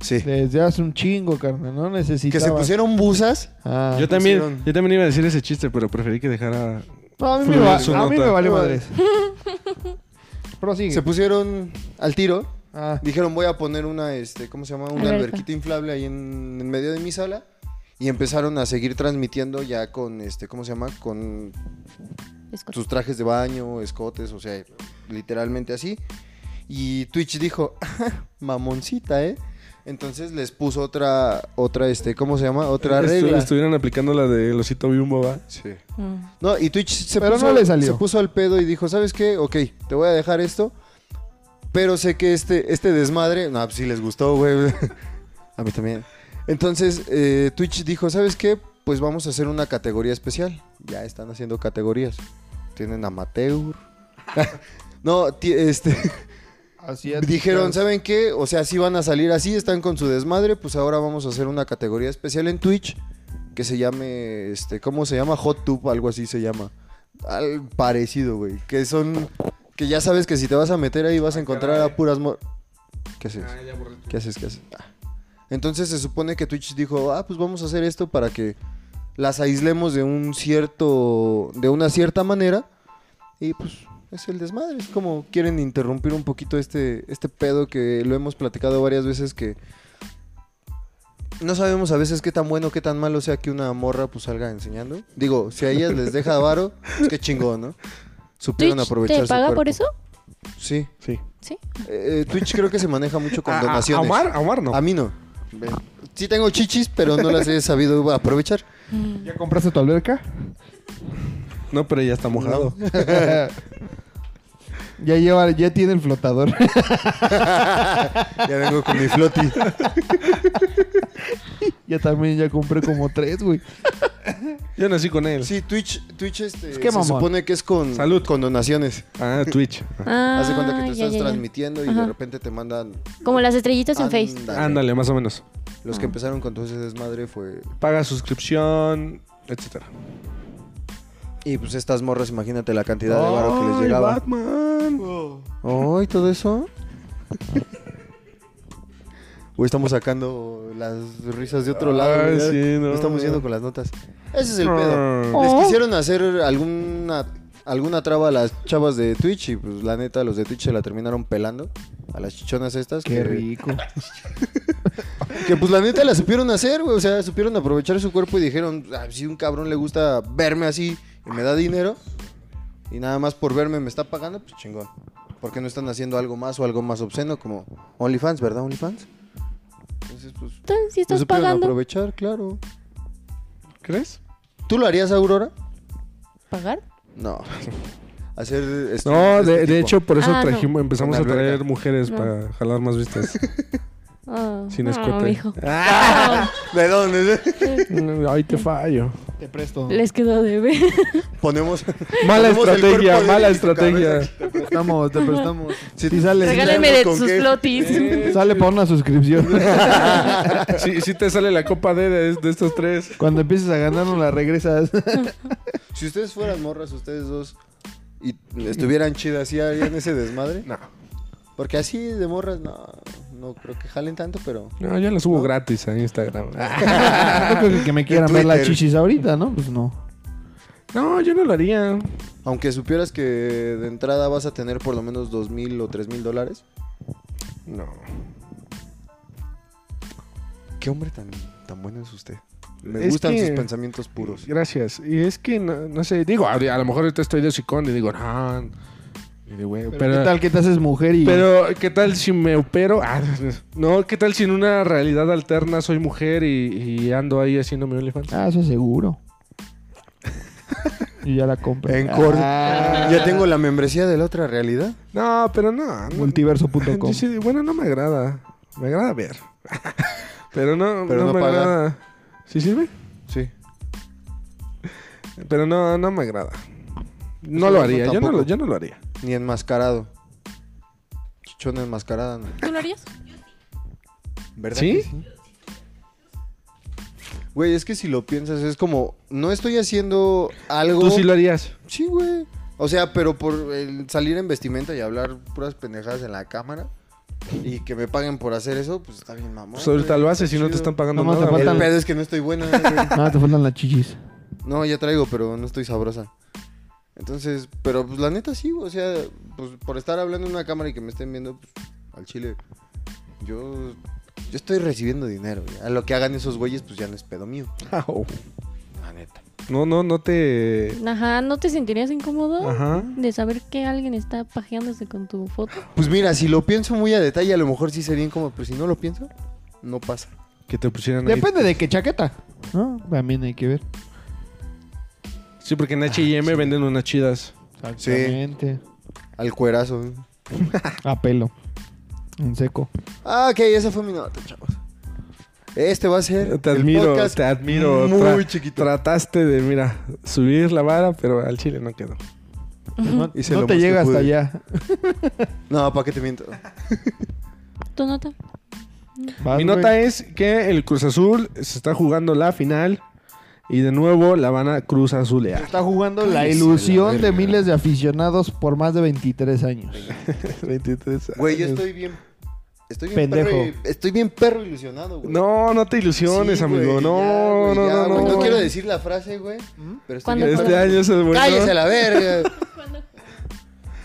Speaker 3: Sí.
Speaker 2: Desde hace un chingo, carnal. No
Speaker 3: Que se
Speaker 2: necesitaban.
Speaker 3: pusieron busas.
Speaker 2: Ah.
Speaker 4: Yo también,
Speaker 3: pusieron-
Speaker 4: yo también iba a decir ese chiste, pero preferí que dejara.
Speaker 2: No, a mí, me,
Speaker 4: Fluir
Speaker 2: va-
Speaker 4: su
Speaker 2: a mí
Speaker 4: nota.
Speaker 2: me vale madres. Prosigue.
Speaker 3: Se pusieron al tiro.
Speaker 2: Ah,
Speaker 3: Dijeron, voy a poner una, este, ¿cómo se llama? Una
Speaker 1: Alberca.
Speaker 3: alberquita inflable ahí en, en medio de mi sala. Y empezaron a seguir transmitiendo ya con, este, ¿cómo se llama? Con
Speaker 1: Escucha.
Speaker 3: sus trajes de baño, escotes, o sea, literalmente así. Y Twitch dijo, mamoncita, ¿eh? Entonces les puso otra, otra, este, ¿cómo se llama? Otra
Speaker 4: Estu-
Speaker 3: regla.
Speaker 4: estuvieron aplicando la de Losito Bimbo, ¿va?
Speaker 3: Sí.
Speaker 1: Mm.
Speaker 3: No, y Twitch se
Speaker 2: Pero
Speaker 3: puso,
Speaker 2: no le salió.
Speaker 3: se puso al pedo y dijo, ¿sabes qué? Ok, te voy a dejar esto, Pero sé que este, este desmadre, no, pues sí les gustó, güey. a mí también. Entonces, eh, Twitch dijo, ¿sabes qué? Pues vamos a hacer una categoría especial. Ya están haciendo categorías. Tienen amateur. no, ti- este...
Speaker 2: Asiáticas.
Speaker 3: Dijeron, ¿saben qué? O sea, si van a salir así, están con su desmadre, pues ahora vamos a hacer una categoría especial en Twitch que se llame, este, ¿cómo se llama? Hot Tube, algo así se llama. Al parecido, güey. Que son, que ya sabes que si te vas a meter ahí vas a encontrar a puras... mor- ¿Qué haces? ¿Qué haces? ¿Qué haces? Ah. Entonces se supone que Twitch dijo, ah, pues vamos a hacer esto para que las aislemos de un cierto, de una cierta manera. Y pues es el desmadre, es como quieren interrumpir un poquito este, este pedo que lo hemos platicado varias veces que no sabemos a veces qué tan bueno, qué tan malo sea que una morra pues salga enseñando. Digo, si a ellas les deja varo, pues qué chingón, ¿no? Supieron
Speaker 1: ¿Twitch
Speaker 3: aprovechar
Speaker 1: te
Speaker 3: su
Speaker 1: paga por
Speaker 3: cuerpo.
Speaker 1: eso?
Speaker 3: Sí.
Speaker 4: Sí.
Speaker 1: Sí.
Speaker 3: Eh, Twitch creo que se maneja mucho con
Speaker 4: A- a- A
Speaker 3: donaciones.
Speaker 4: Ah, Omar, a Omar no.
Speaker 3: A mí no. Sí tengo chichis, pero no las he sabido aprovechar.
Speaker 2: ¿Ya compraste tu alberca?
Speaker 4: No, pero ya está mojado.
Speaker 2: ya lleva, ya tiene el flotador.
Speaker 3: Ya vengo con mi floti.
Speaker 2: ya también ya compré como tres, güey.
Speaker 4: Yo nací con él.
Speaker 3: Sí, Twitch, Twitch este,
Speaker 2: Es que
Speaker 3: se
Speaker 2: mamón.
Speaker 3: supone que es con,
Speaker 4: Salud.
Speaker 3: con donaciones.
Speaker 4: Ah, Twitch.
Speaker 1: Ah,
Speaker 3: Haz de cuenta que te
Speaker 1: ya,
Speaker 3: estás
Speaker 1: ya, ya.
Speaker 3: transmitiendo y de
Speaker 1: Ajá.
Speaker 3: repente te mandan.
Speaker 1: Como las
Speaker 3: Ah,
Speaker 1: estrellitas en Face.
Speaker 3: Ándale.
Speaker 4: Ándale, Ah. más o menos.
Speaker 3: Los que empezaron con todo ese desmadre fue.
Speaker 4: Paga suscripción, etcétera.
Speaker 3: Y pues estas morras, imagínate la cantidad de varo que les
Speaker 4: Ay,
Speaker 3: llegaba. Oh.
Speaker 4: Batman.
Speaker 3: ¡Ay, todo eso! Hoy estamos sacando las risas de otro lado.
Speaker 4: Ay,
Speaker 3: ¿verdad?
Speaker 4: sí, no.
Speaker 3: Lo estamos yendo con las notas. Ese es el pedo.
Speaker 4: Ah.
Speaker 3: Les quisieron hacer alguna, alguna traba a las chavas de Twitch y pues la neta los de Twitch se la terminaron pelando a las chichonas estas.
Speaker 2: Qué
Speaker 3: que-
Speaker 2: rico.
Speaker 3: Que pues la neta la supieron hacer, güey. O sea, supieron aprovechar su cuerpo y dijeron, "Ah, si un cabrón le gusta verme así y me da dinero y nada más por verme me está pagando, pues chingón. ¿Por qué no están haciendo algo más o algo más obsceno como OnlyFans, verdad, OnlyFans? Entonces, pues,
Speaker 1: Entonces, Si
Speaker 3: lo
Speaker 1: estás
Speaker 3: supieron
Speaker 1: pagando,
Speaker 3: aprovechar, claro.
Speaker 4: ¿Crees?
Speaker 3: ¿Tú lo harías, Aurora?
Speaker 1: ¿pagar?
Speaker 3: No. Hacer...
Speaker 4: No,
Speaker 3: estudios este
Speaker 4: de, de
Speaker 3: tipo.
Speaker 4: hecho, por eso
Speaker 1: Ah, no.
Speaker 4: trajimos, empezamos
Speaker 3: Con
Speaker 4: a
Speaker 3: alberca.
Speaker 4: traer mujeres
Speaker 1: No.
Speaker 4: para jalar más vistas.
Speaker 1: Ah,
Speaker 4: Sin
Speaker 1: no,
Speaker 4: escote.
Speaker 1: mijo.
Speaker 3: ¿De dónde?
Speaker 4: Mm, Ahí te fallo.
Speaker 2: Te presto.
Speaker 1: Les quedó de ver.
Speaker 3: Ponemos...
Speaker 4: Mala
Speaker 3: ponemos el
Speaker 4: estrategia,
Speaker 3: cuerpo de
Speaker 4: mala
Speaker 3: Vicky tu
Speaker 4: estrategia.
Speaker 3: cabeza.
Speaker 2: Te prestamos, te prestamos.
Speaker 3: Si-
Speaker 2: Sí, sale.
Speaker 1: Regálenme de
Speaker 3: ¿Con
Speaker 1: sus
Speaker 3: qué?
Speaker 1: flotis.
Speaker 2: Sale para una suscripción.
Speaker 4: Si te sale la copa D de, de estos tres.
Speaker 2: Cuando empieces a ganar, no la regresas.
Speaker 3: Si ustedes fueran morras, ustedes dos, y estuvieran chidas, ¿sí harían ese desmadre?
Speaker 4: No.
Speaker 3: Porque así de morras, no, no creo que jalen tanto, pero...
Speaker 4: No, yo la subo gratis a Instagram.
Speaker 2: no creo que- que me quieran
Speaker 3: En
Speaker 2: ver las
Speaker 3: Twitter.
Speaker 2: chichis ahorita, ¿no? Pues no.
Speaker 4: No, yo no lo haría.
Speaker 3: Aunque supieras que de entrada vas a tener por lo menos dos mil o tres mil dólares.
Speaker 4: No.
Speaker 3: Qué hombre tan, tan bueno es usted. Me
Speaker 4: Es
Speaker 3: gustan
Speaker 4: que-
Speaker 3: sus pensamientos puros.
Speaker 4: Gracias. Y es que, no, no sé, digo, a, a lo mejor ahorita estoy de sicón y digo, no. y de güey,
Speaker 2: Pero,
Speaker 4: pero,
Speaker 2: ¿Qué tal que te haces mujer y
Speaker 4: pero, ¿qué tal si me opero? Ah, no, ¿qué tal si en una realidad alterna soy mujer y, y ando ahí haciéndome OnlyFans?
Speaker 2: Ah, eso seguro. Yo ya la compré.
Speaker 3: En corto.
Speaker 2: Ah.
Speaker 3: Ya tengo la membresía de la otra realidad.
Speaker 4: No, pero no. no.
Speaker 2: Multiverso.com.
Speaker 4: Yo sí, bueno, no me agrada. Me agrada ver. pero no,
Speaker 3: Pero
Speaker 4: no,
Speaker 3: no
Speaker 4: me
Speaker 3: pagar.
Speaker 4: agrada. ¿Sí sirve?
Speaker 3: Sí.
Speaker 4: Pero no, no me agrada. No
Speaker 3: Eso
Speaker 4: lo
Speaker 3: Pues no,
Speaker 4: haría, yo no lo,
Speaker 3: tampoco.
Speaker 4: yo no lo haría.
Speaker 3: Ni enmascarado. Chichona enmascarada, ¿no?
Speaker 1: ¿Tú lo harías?
Speaker 3: ¿Verdad?
Speaker 4: ¿Sí?
Speaker 3: que Güey, es que si lo piensas, es como, no estoy haciendo algo.
Speaker 4: Tú sí lo harías.
Speaker 3: Sí, güey. O sea, pero por el salir en vestimenta y hablar puras pendejadas en la cámara y que me paguen por hacer eso, pues está bien, mamón.
Speaker 4: Pues ahorita
Speaker 3: güey.
Speaker 4: lo haces
Speaker 3: Está
Speaker 4: y no te
Speaker 3: chido.
Speaker 4: están pagando
Speaker 2: Nomás te
Speaker 4: nada.
Speaker 2: falta
Speaker 3: El
Speaker 2: Faltan-
Speaker 3: pedo es que no estoy ¿eh? buena. güey.
Speaker 2: Ah, te faltan las chichis.
Speaker 3: no, ya traigo, pero no estoy sabrosa. Entonces, pero pues la neta sí, güey, o sea, pues por estar hablando en una cámara y que me estén viendo pues, al chile, yo, yo estoy recibiendo dinero. güey. A lo que hagan esos güeyes, pues ya no es pedo mío.
Speaker 4: Au.
Speaker 3: La neta.
Speaker 4: No, no, no te.
Speaker 1: Ajá, ¿no te sentirías incómodo
Speaker 4: Ajá.
Speaker 1: de saber que alguien está pajeándose con tu foto?
Speaker 3: Pues mira, si lo pienso muy a detalle, a lo mejor sí sería incómodo, pero si no lo pienso, no pasa.
Speaker 4: Que te pusieran ahí.
Speaker 2: Depende de qué chaqueta. ¿no? También hay que ver.
Speaker 4: Sí, porque en HM
Speaker 3: Ah,
Speaker 4: venden unas chidas.
Speaker 2: Exactamente.
Speaker 3: Al cuerazo. ¿eh?
Speaker 2: A pelo. En seco.
Speaker 3: Ah, ok, esa fue mi nota, chavos. Este va a ser
Speaker 4: Te
Speaker 3: el
Speaker 4: admiro,
Speaker 3: podcast
Speaker 4: te admiro.
Speaker 3: muy
Speaker 4: Tra-
Speaker 3: chiquito.
Speaker 4: Trataste de, mira, subir la vara, pero al chile no quedó.
Speaker 2: No,
Speaker 3: Hice
Speaker 2: no
Speaker 3: lo
Speaker 2: te
Speaker 3: más que
Speaker 2: llega hasta
Speaker 3: pude.
Speaker 2: allá.
Speaker 3: No, ¿para qué te miento?
Speaker 1: ¿Tu nota?
Speaker 2: Vas,
Speaker 3: Ah,
Speaker 2: güey.
Speaker 4: Mi nota es que el Cruz Azul se está jugando la final y de nuevo la van a Cruz Azulear.
Speaker 2: Está jugando la
Speaker 3: Cállese la
Speaker 2: ilusión
Speaker 3: verga.
Speaker 2: de miles de aficionados por más de 23 años.
Speaker 4: 23
Speaker 3: Güey, yo
Speaker 4: años.
Speaker 3: estoy bien. Estoy bien
Speaker 2: Pendejo.
Speaker 3: perro. y- Estoy bien perro ilusionado, güey.
Speaker 4: No, no te ilusiones,
Speaker 3: Sí, güey,
Speaker 4: amigo.
Speaker 3: ya,
Speaker 4: no,
Speaker 3: güey,
Speaker 4: no,
Speaker 3: ya,
Speaker 4: no,
Speaker 3: güey.
Speaker 4: no.
Speaker 3: quiero decir la frase, güey. Pero estoy
Speaker 1: ¿Cuándo?
Speaker 3: bien
Speaker 4: Este
Speaker 3: perro.
Speaker 4: año es el bueno.
Speaker 3: ¡Cállese a la verga!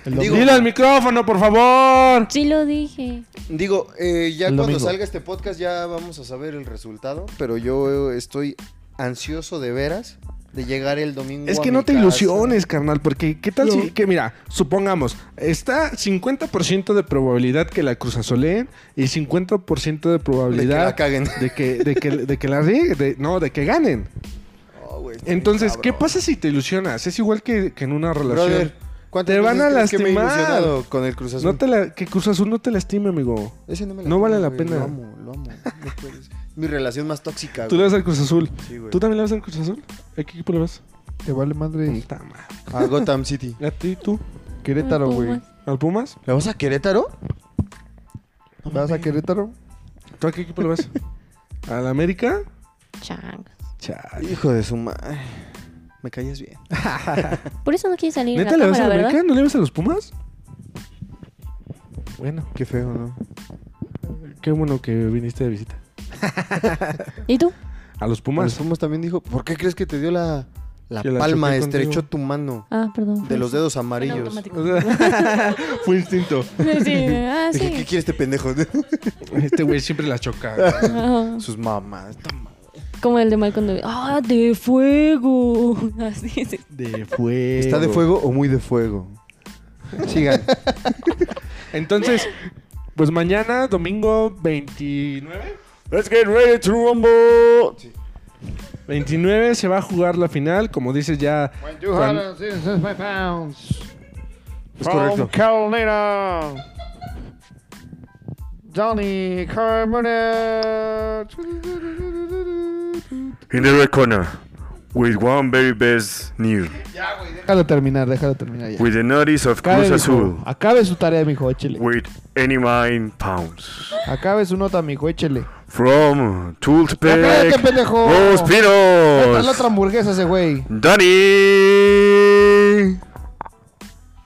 Speaker 2: El
Speaker 3: Digo-
Speaker 4: Dile al micrófono, por favor.
Speaker 1: Sí lo dije.
Speaker 3: Digo, eh, ya
Speaker 2: El
Speaker 3: cuando
Speaker 2: domingo.
Speaker 3: salga este podcast ya vamos a saber el resultado. Pero yo eh, estoy ansioso de veras de llegar el domingo.
Speaker 4: Es
Speaker 3: a
Speaker 4: que
Speaker 3: mi
Speaker 4: no te
Speaker 3: casa.
Speaker 4: ilusiones, carnal, porque ¿qué tal
Speaker 2: No.
Speaker 4: si, que mira, supongamos, está 50% de probabilidad que la Cruz Azuleen y 50% de
Speaker 3: De que la
Speaker 4: probabilidad
Speaker 3: caguen.
Speaker 4: de que, de que, de que la riegue- de- no, de que ganen.
Speaker 3: Oh, güey, está bien
Speaker 4: Entonces, ¿qué
Speaker 3: cabrón.
Speaker 4: pasa si te ilusionas? Es igual que, que en una relación.
Speaker 3: Brother, ¿cuántas
Speaker 4: Te van
Speaker 3: veces
Speaker 4: a
Speaker 3: crees que me he
Speaker 4: lastimar.
Speaker 3: ilusionado con el Cruz Azul?
Speaker 4: No te la- que Cruz Azul no te lastime, amigo.
Speaker 3: Ese no me
Speaker 4: no vale
Speaker 3: lastima,
Speaker 4: la
Speaker 3: güey,
Speaker 4: pena.
Speaker 3: Lo amo, lo amo. No puedes. Mi relación más tóxica.
Speaker 4: Tú le
Speaker 3: güey.
Speaker 4: vas al Cruz Azul.
Speaker 3: Sí, güey.
Speaker 4: ¿Tú también le vas al Cruz Azul? ¿A qué equipo le vas?
Speaker 2: Te vale madre.
Speaker 4: Puta
Speaker 3: A
Speaker 4: madre.
Speaker 3: Gotham City.
Speaker 4: ¿A ti tú?
Speaker 2: Querétaro,
Speaker 1: Ay,
Speaker 2: güey.
Speaker 1: Pumas.
Speaker 4: ¿Al Pumas?
Speaker 3: ¿Le vas a Querétaro?
Speaker 2: ¿Vas a Querétaro?
Speaker 4: ¿Tú a qué equipo le vas? ¿Al América?
Speaker 1: Chang.
Speaker 4: Chale.
Speaker 3: Hijo de su madre. Me callas bien.
Speaker 1: Por eso no quieres salir en la
Speaker 4: ¿Neta le vas
Speaker 1: cámara,
Speaker 4: a la
Speaker 1: ¿verdad?
Speaker 4: América? ¿No le vas a los Pumas?
Speaker 2: Bueno.
Speaker 3: Qué feo, ¿no?
Speaker 4: Qué bueno que viniste de visita.
Speaker 1: ¿Y tú?
Speaker 4: ¿A los
Speaker 3: Más
Speaker 4: Pumas?
Speaker 3: Fumos también dijo, ¿por qué crees que te dio la, la
Speaker 4: Que la
Speaker 3: palma?
Speaker 4: choqué
Speaker 3: Estrechó
Speaker 4: contigo.
Speaker 3: tu mano
Speaker 1: Ah, perdón.
Speaker 3: de los dedos
Speaker 1: En
Speaker 3: amarillos.
Speaker 1: automático.
Speaker 4: O sea, Fue instinto.
Speaker 1: Sí, ah,
Speaker 3: Dije, ¿qué
Speaker 1: sí.
Speaker 3: quiere este pendejo?
Speaker 4: Este güey siempre la choca.
Speaker 1: Ah,
Speaker 3: Sus mamás.
Speaker 1: como el de Malcolm Nobby. ¡Ah, de fuego! Así es.
Speaker 4: De fuego.
Speaker 3: ¿Está de fuego o muy de fuego? Sigan.
Speaker 4: Entonces, pues mañana, domingo 29.
Speaker 3: Let's get ready to rumble.
Speaker 4: 29 se va a jugar la final. Como dices ya. Juan-
Speaker 3: Es correcto.
Speaker 2: Johnny
Speaker 5: in the red corner with one very best news
Speaker 2: Déjalo terminar, déjalo terminar ya.
Speaker 5: with the notice of
Speaker 2: Acabe,
Speaker 5: Cruz
Speaker 2: mijo.
Speaker 5: Azul
Speaker 2: Acabe su tarea, mijo, échele.
Speaker 5: with 89 pounds
Speaker 2: Acabe su nota, mijo, échele.
Speaker 5: from
Speaker 2: ¡Cállate,
Speaker 5: Tulspec
Speaker 2: pendejo! Está la otra
Speaker 5: Ospinos
Speaker 2: hamburguesa ese güey.
Speaker 5: Dani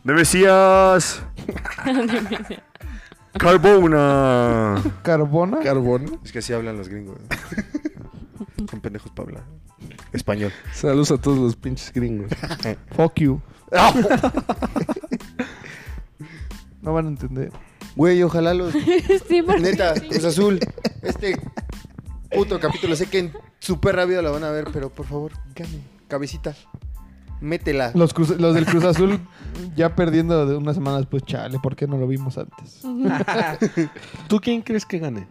Speaker 5: de Mesías Carbona
Speaker 2: ¿Carbona?
Speaker 4: Carbón.
Speaker 3: Es que así hablan los gringos. Son pendejos para hablar. Español.
Speaker 4: Saludos a todos los pinches gringos.
Speaker 2: Fuck you. No van a entender.
Speaker 3: Güey, ojalá los.
Speaker 1: Sí, porque-
Speaker 3: Neta, Cruz Azul. Este puto capítulo. Sé que en súper rápido la van a ver, pero por favor, gane. Cabecita. Métela.
Speaker 2: Los, cruz- los del Cruz Azul ya perdiendo de unas semanas, pues chale, ¿por qué no lo vimos antes?
Speaker 4: ¿Tú quién crees que gane?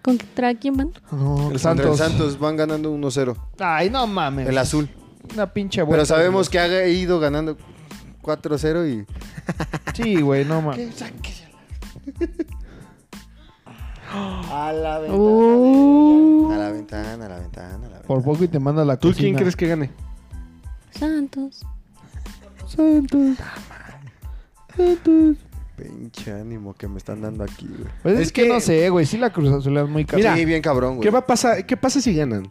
Speaker 1: ¿Contra quién van?
Speaker 2: No,
Speaker 3: Los
Speaker 2: Santos.
Speaker 3: Santos. Santos van ganando 1-0.
Speaker 2: Ay, no mames.
Speaker 3: El azul.
Speaker 2: Una pinche vuelta.
Speaker 3: Pero sabemos que ha ido ganando 4-0 y.
Speaker 2: Sí, güey, no mames.
Speaker 3: A la
Speaker 1: Uh,
Speaker 3: A la ventana, a la ventana, a la ventana.
Speaker 2: Por poco y te manda a la
Speaker 4: ¿Tú
Speaker 2: cocina.
Speaker 4: quién crees que gane?
Speaker 1: Santos.
Speaker 2: Santos.
Speaker 3: Pinche ánimo que me están dando aquí, güey.
Speaker 2: Pues es,
Speaker 4: Es
Speaker 2: que,
Speaker 4: que-
Speaker 2: no sé, güey. Sí la Cruz Azul es muy cara.
Speaker 4: Mira,
Speaker 3: sí, bien cabrón, güey.
Speaker 4: ¿Qué va a pasar? ¿Qué pasa si ganan?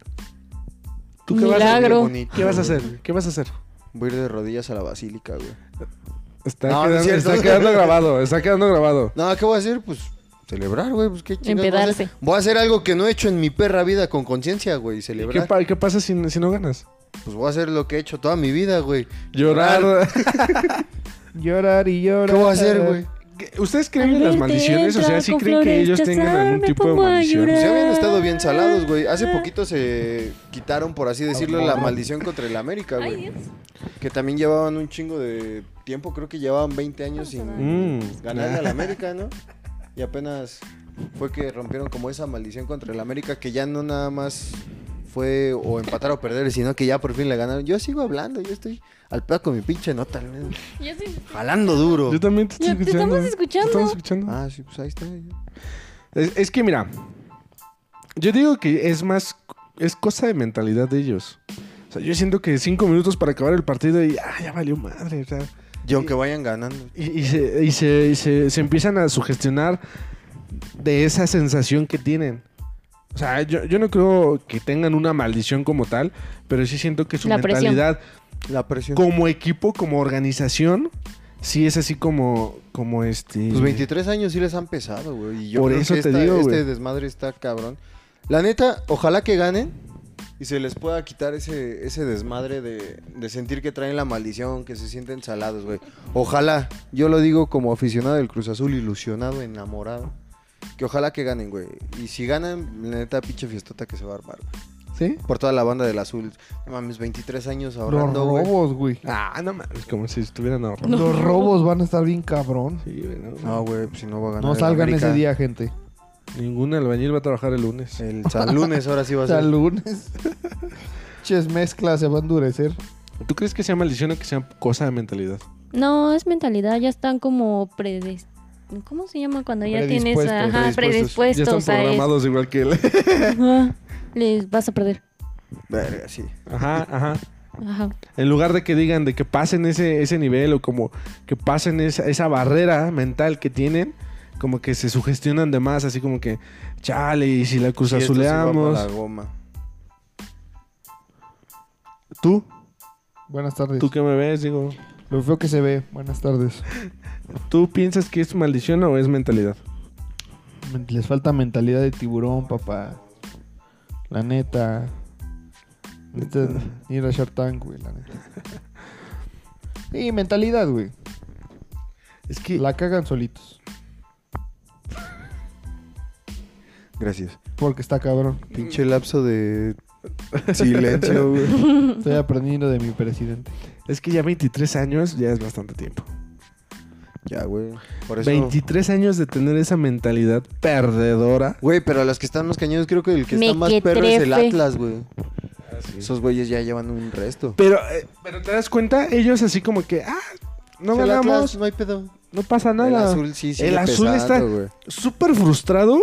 Speaker 4: ¿Tú qué vas, a,
Speaker 1: Milagro.
Speaker 3: Qué bonito,
Speaker 4: qué vas a
Speaker 3: güey.
Speaker 4: hacer? ¿Qué vas a hacer?
Speaker 3: Voy a ir de rodillas a la basílica, güey.
Speaker 4: Está,
Speaker 3: No, no es
Speaker 4: quedando,
Speaker 3: cierto.
Speaker 4: está quedando grabado, está quedando grabado.
Speaker 3: No, ¿qué voy a hacer? Pues celebrar, güey. Pues qué chingados voy a hacer?
Speaker 1: Empedarse.
Speaker 3: Voy a hacer algo que no he hecho en mi perra vida con conciencia, güey.
Speaker 4: ¿Y
Speaker 3: Celebrar.
Speaker 4: ¿Qué, pa- qué pasa si, si no ganas?
Speaker 3: Pues voy a hacer lo que he hecho toda mi vida, güey.
Speaker 4: Llorar.
Speaker 2: Llorar y llorar.
Speaker 3: ¿Qué voy a hacer, güey?
Speaker 4: ¿Qué- ¿Ustedes creen en
Speaker 1: Al
Speaker 4: las
Speaker 1: verte
Speaker 4: maldiciones? O sea,
Speaker 1: entrar
Speaker 4: ¿sí
Speaker 1: con
Speaker 4: creen que
Speaker 1: flores,
Speaker 4: ellos tengan
Speaker 1: chazar,
Speaker 4: algún
Speaker 1: me
Speaker 4: tipo de
Speaker 1: pongo a
Speaker 4: maldición?
Speaker 3: Pues ya
Speaker 1: llorar.
Speaker 3: habían estado bien salados, güey. Hace poquito se quitaron, por así
Speaker 4: Ah,
Speaker 3: decirlo, la maldición contra el América,
Speaker 1: Ay,
Speaker 3: güey.
Speaker 1: Dios.
Speaker 3: Que también llevaban un chingo de tiempo, creo que llevaban 20 años sin
Speaker 4: Mm.
Speaker 3: ganarle al América, ¿no? Y apenas fue que rompieron como esa maldición contra el América, que ya no nada más fue o empatar o perder, sino que ya por fin le ganaron. Yo sigo hablando, yo estoy al pedo con mi pinche nota, la neta.
Speaker 1: Yo sí-
Speaker 3: jalando duro.
Speaker 4: Yo también te estoy
Speaker 1: Ya, te
Speaker 4: escuchando.
Speaker 1: estamos escuchando.
Speaker 4: Te estamos escuchando.
Speaker 3: Ah, sí, pues ahí está.
Speaker 4: Es, es que mira, yo digo que es más, es cosa de mentalidad de ellos. O sea, yo siento que cinco minutos para acabar el partido y ah, ya valió madre. o sea,
Speaker 3: Y aunque vayan ganando.
Speaker 4: y, y se, y se- y se- se empiezan a sugestionar de esa sensación que tienen. O sea, yo, yo no creo que tengan una maldición como tal, pero sí siento que su
Speaker 1: La presión.
Speaker 4: mentalidad
Speaker 3: La presión.
Speaker 4: como equipo, como organización, sí es así como, como este...
Speaker 3: Pues 23 años sí les han pesado, güey. Y yo
Speaker 4: Por
Speaker 3: creo
Speaker 4: eso
Speaker 3: que
Speaker 4: te
Speaker 3: esta-
Speaker 4: digo,
Speaker 3: este
Speaker 4: güey.
Speaker 3: desmadre está cabrón. La neta, ojalá que ganen y se les pueda quitar ese, ese desmadre de, de sentir que traen la maldición, que se sienten salados, güey. Ojalá, yo lo digo como aficionado del Cruz Azul, ilusionado, enamorado. Que ojalá que ganen, güey. Y si ganan, la neta, pinche fiestota que se va a armar. güey.
Speaker 4: ¿Sí?
Speaker 3: Por toda la banda del azul. No mames, 23 años
Speaker 2: Los
Speaker 3: ahorrando, güey.
Speaker 2: robos, güey.
Speaker 4: Ah, no mames, como si estuvieran ahorrando.
Speaker 1: No.
Speaker 2: Los robos van a estar bien cabrón.
Speaker 4: Sí, güey, no.
Speaker 3: No, güey, pues si no va a ganar.
Speaker 2: No
Speaker 3: el
Speaker 2: salgan
Speaker 3: América.
Speaker 2: ese día, gente.
Speaker 4: Ningún albañil va a trabajar el lunes.
Speaker 3: El San Lunes ahora sí va a
Speaker 2: Hasta
Speaker 3: ser.
Speaker 2: el lunes. Ches mezclas se va a endurecer.
Speaker 4: ¿Tú crees que sea maldición o que sea cosa de mentalidad?
Speaker 1: No, es mentalidad, ya están como predes... ¿Cómo se llama cuando ya tienes
Speaker 2: Predispuestos,
Speaker 1: ajá,
Speaker 4: ya
Speaker 1: predispuestos,
Speaker 4: están
Speaker 1: a eso?
Speaker 4: programados igual que él.
Speaker 1: Ajá, les vas a perder.
Speaker 3: Verga, sí.
Speaker 4: ajá, ajá.
Speaker 1: Ajá.
Speaker 4: En lugar de que digan de que pasen ese, ese nivel o como que pasen esa, esa barrera mental que tienen, como que se sugestionan de más, así como que, chale, y si la
Speaker 3: Y esto sí va para
Speaker 4: cruzazuleamos.
Speaker 3: la goma.
Speaker 4: Tú,
Speaker 2: Buenas tardes.
Speaker 4: tú que me ves, digo,
Speaker 2: Lo feo que se ve. Buenas tardes.
Speaker 4: ¿tú piensas que es maldición o es mentalidad?
Speaker 2: Men- Les falta mentalidad de tiburón, papá. La neta. Necesitan ir a Shark Tank, güey, la neta. Y mentalidad, güey.
Speaker 4: Es que
Speaker 2: La cagan solitos.
Speaker 3: Gracias.
Speaker 2: Porque está cabrón.
Speaker 3: Pinche lapso de silencio, güey.
Speaker 2: Estoy aprendiendo de mi presidente.
Speaker 4: es que ya 23 años ya es bastante tiempo.
Speaker 3: Ya, güey. Por eso.
Speaker 4: 23 años de tener esa mentalidad perdedora.
Speaker 3: Güey, pero a los que están más cañones, creo que el que está más perro es el
Speaker 1: Mequetrefe.
Speaker 3: Atlas, güey. Esos güeyes ya llevan un resto.
Speaker 4: Pero, eh, pero te das cuenta, ellos así como que, ah, no
Speaker 3: El Atlas,
Speaker 4: ganamos,
Speaker 3: no hay pedo.
Speaker 4: no pasa nada.
Speaker 3: El azul sí, sí.
Speaker 4: El azul está-
Speaker 3: güey.
Speaker 4: súper frustrado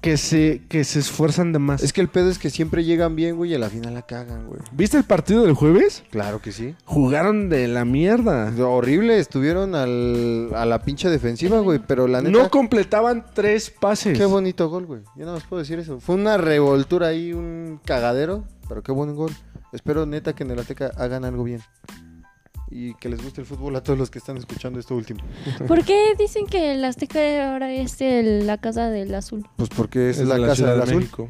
Speaker 4: que se, que se esfuerzan de más.
Speaker 3: Es que el pedo es que siempre llegan bien, güey, y a la final la cagan, güey.
Speaker 4: ¿Viste el partido del jueves?
Speaker 3: Claro que sí.
Speaker 4: Jugaron de la mierda.
Speaker 3: Horrible, estuvieron al, a la pinche defensiva, güey, pero la neta...
Speaker 4: No completaban tres pases.
Speaker 3: Qué bonito gol, güey. Yo nada más puedo decir eso. Fue una revoltura ahí, un cagadero, pero qué buen gol. Espero neta que en el Azteca hagan algo bien. Y que les guste el fútbol a todos los que están escuchando esto último.
Speaker 1: ¿Por qué dicen que el Azteca ahora es el- la casa del azul?
Speaker 3: Pues porque es,
Speaker 4: Es
Speaker 3: la
Speaker 4: de
Speaker 3: casa
Speaker 4: Ciudad
Speaker 3: del
Speaker 4: de
Speaker 3: azul.
Speaker 4: México.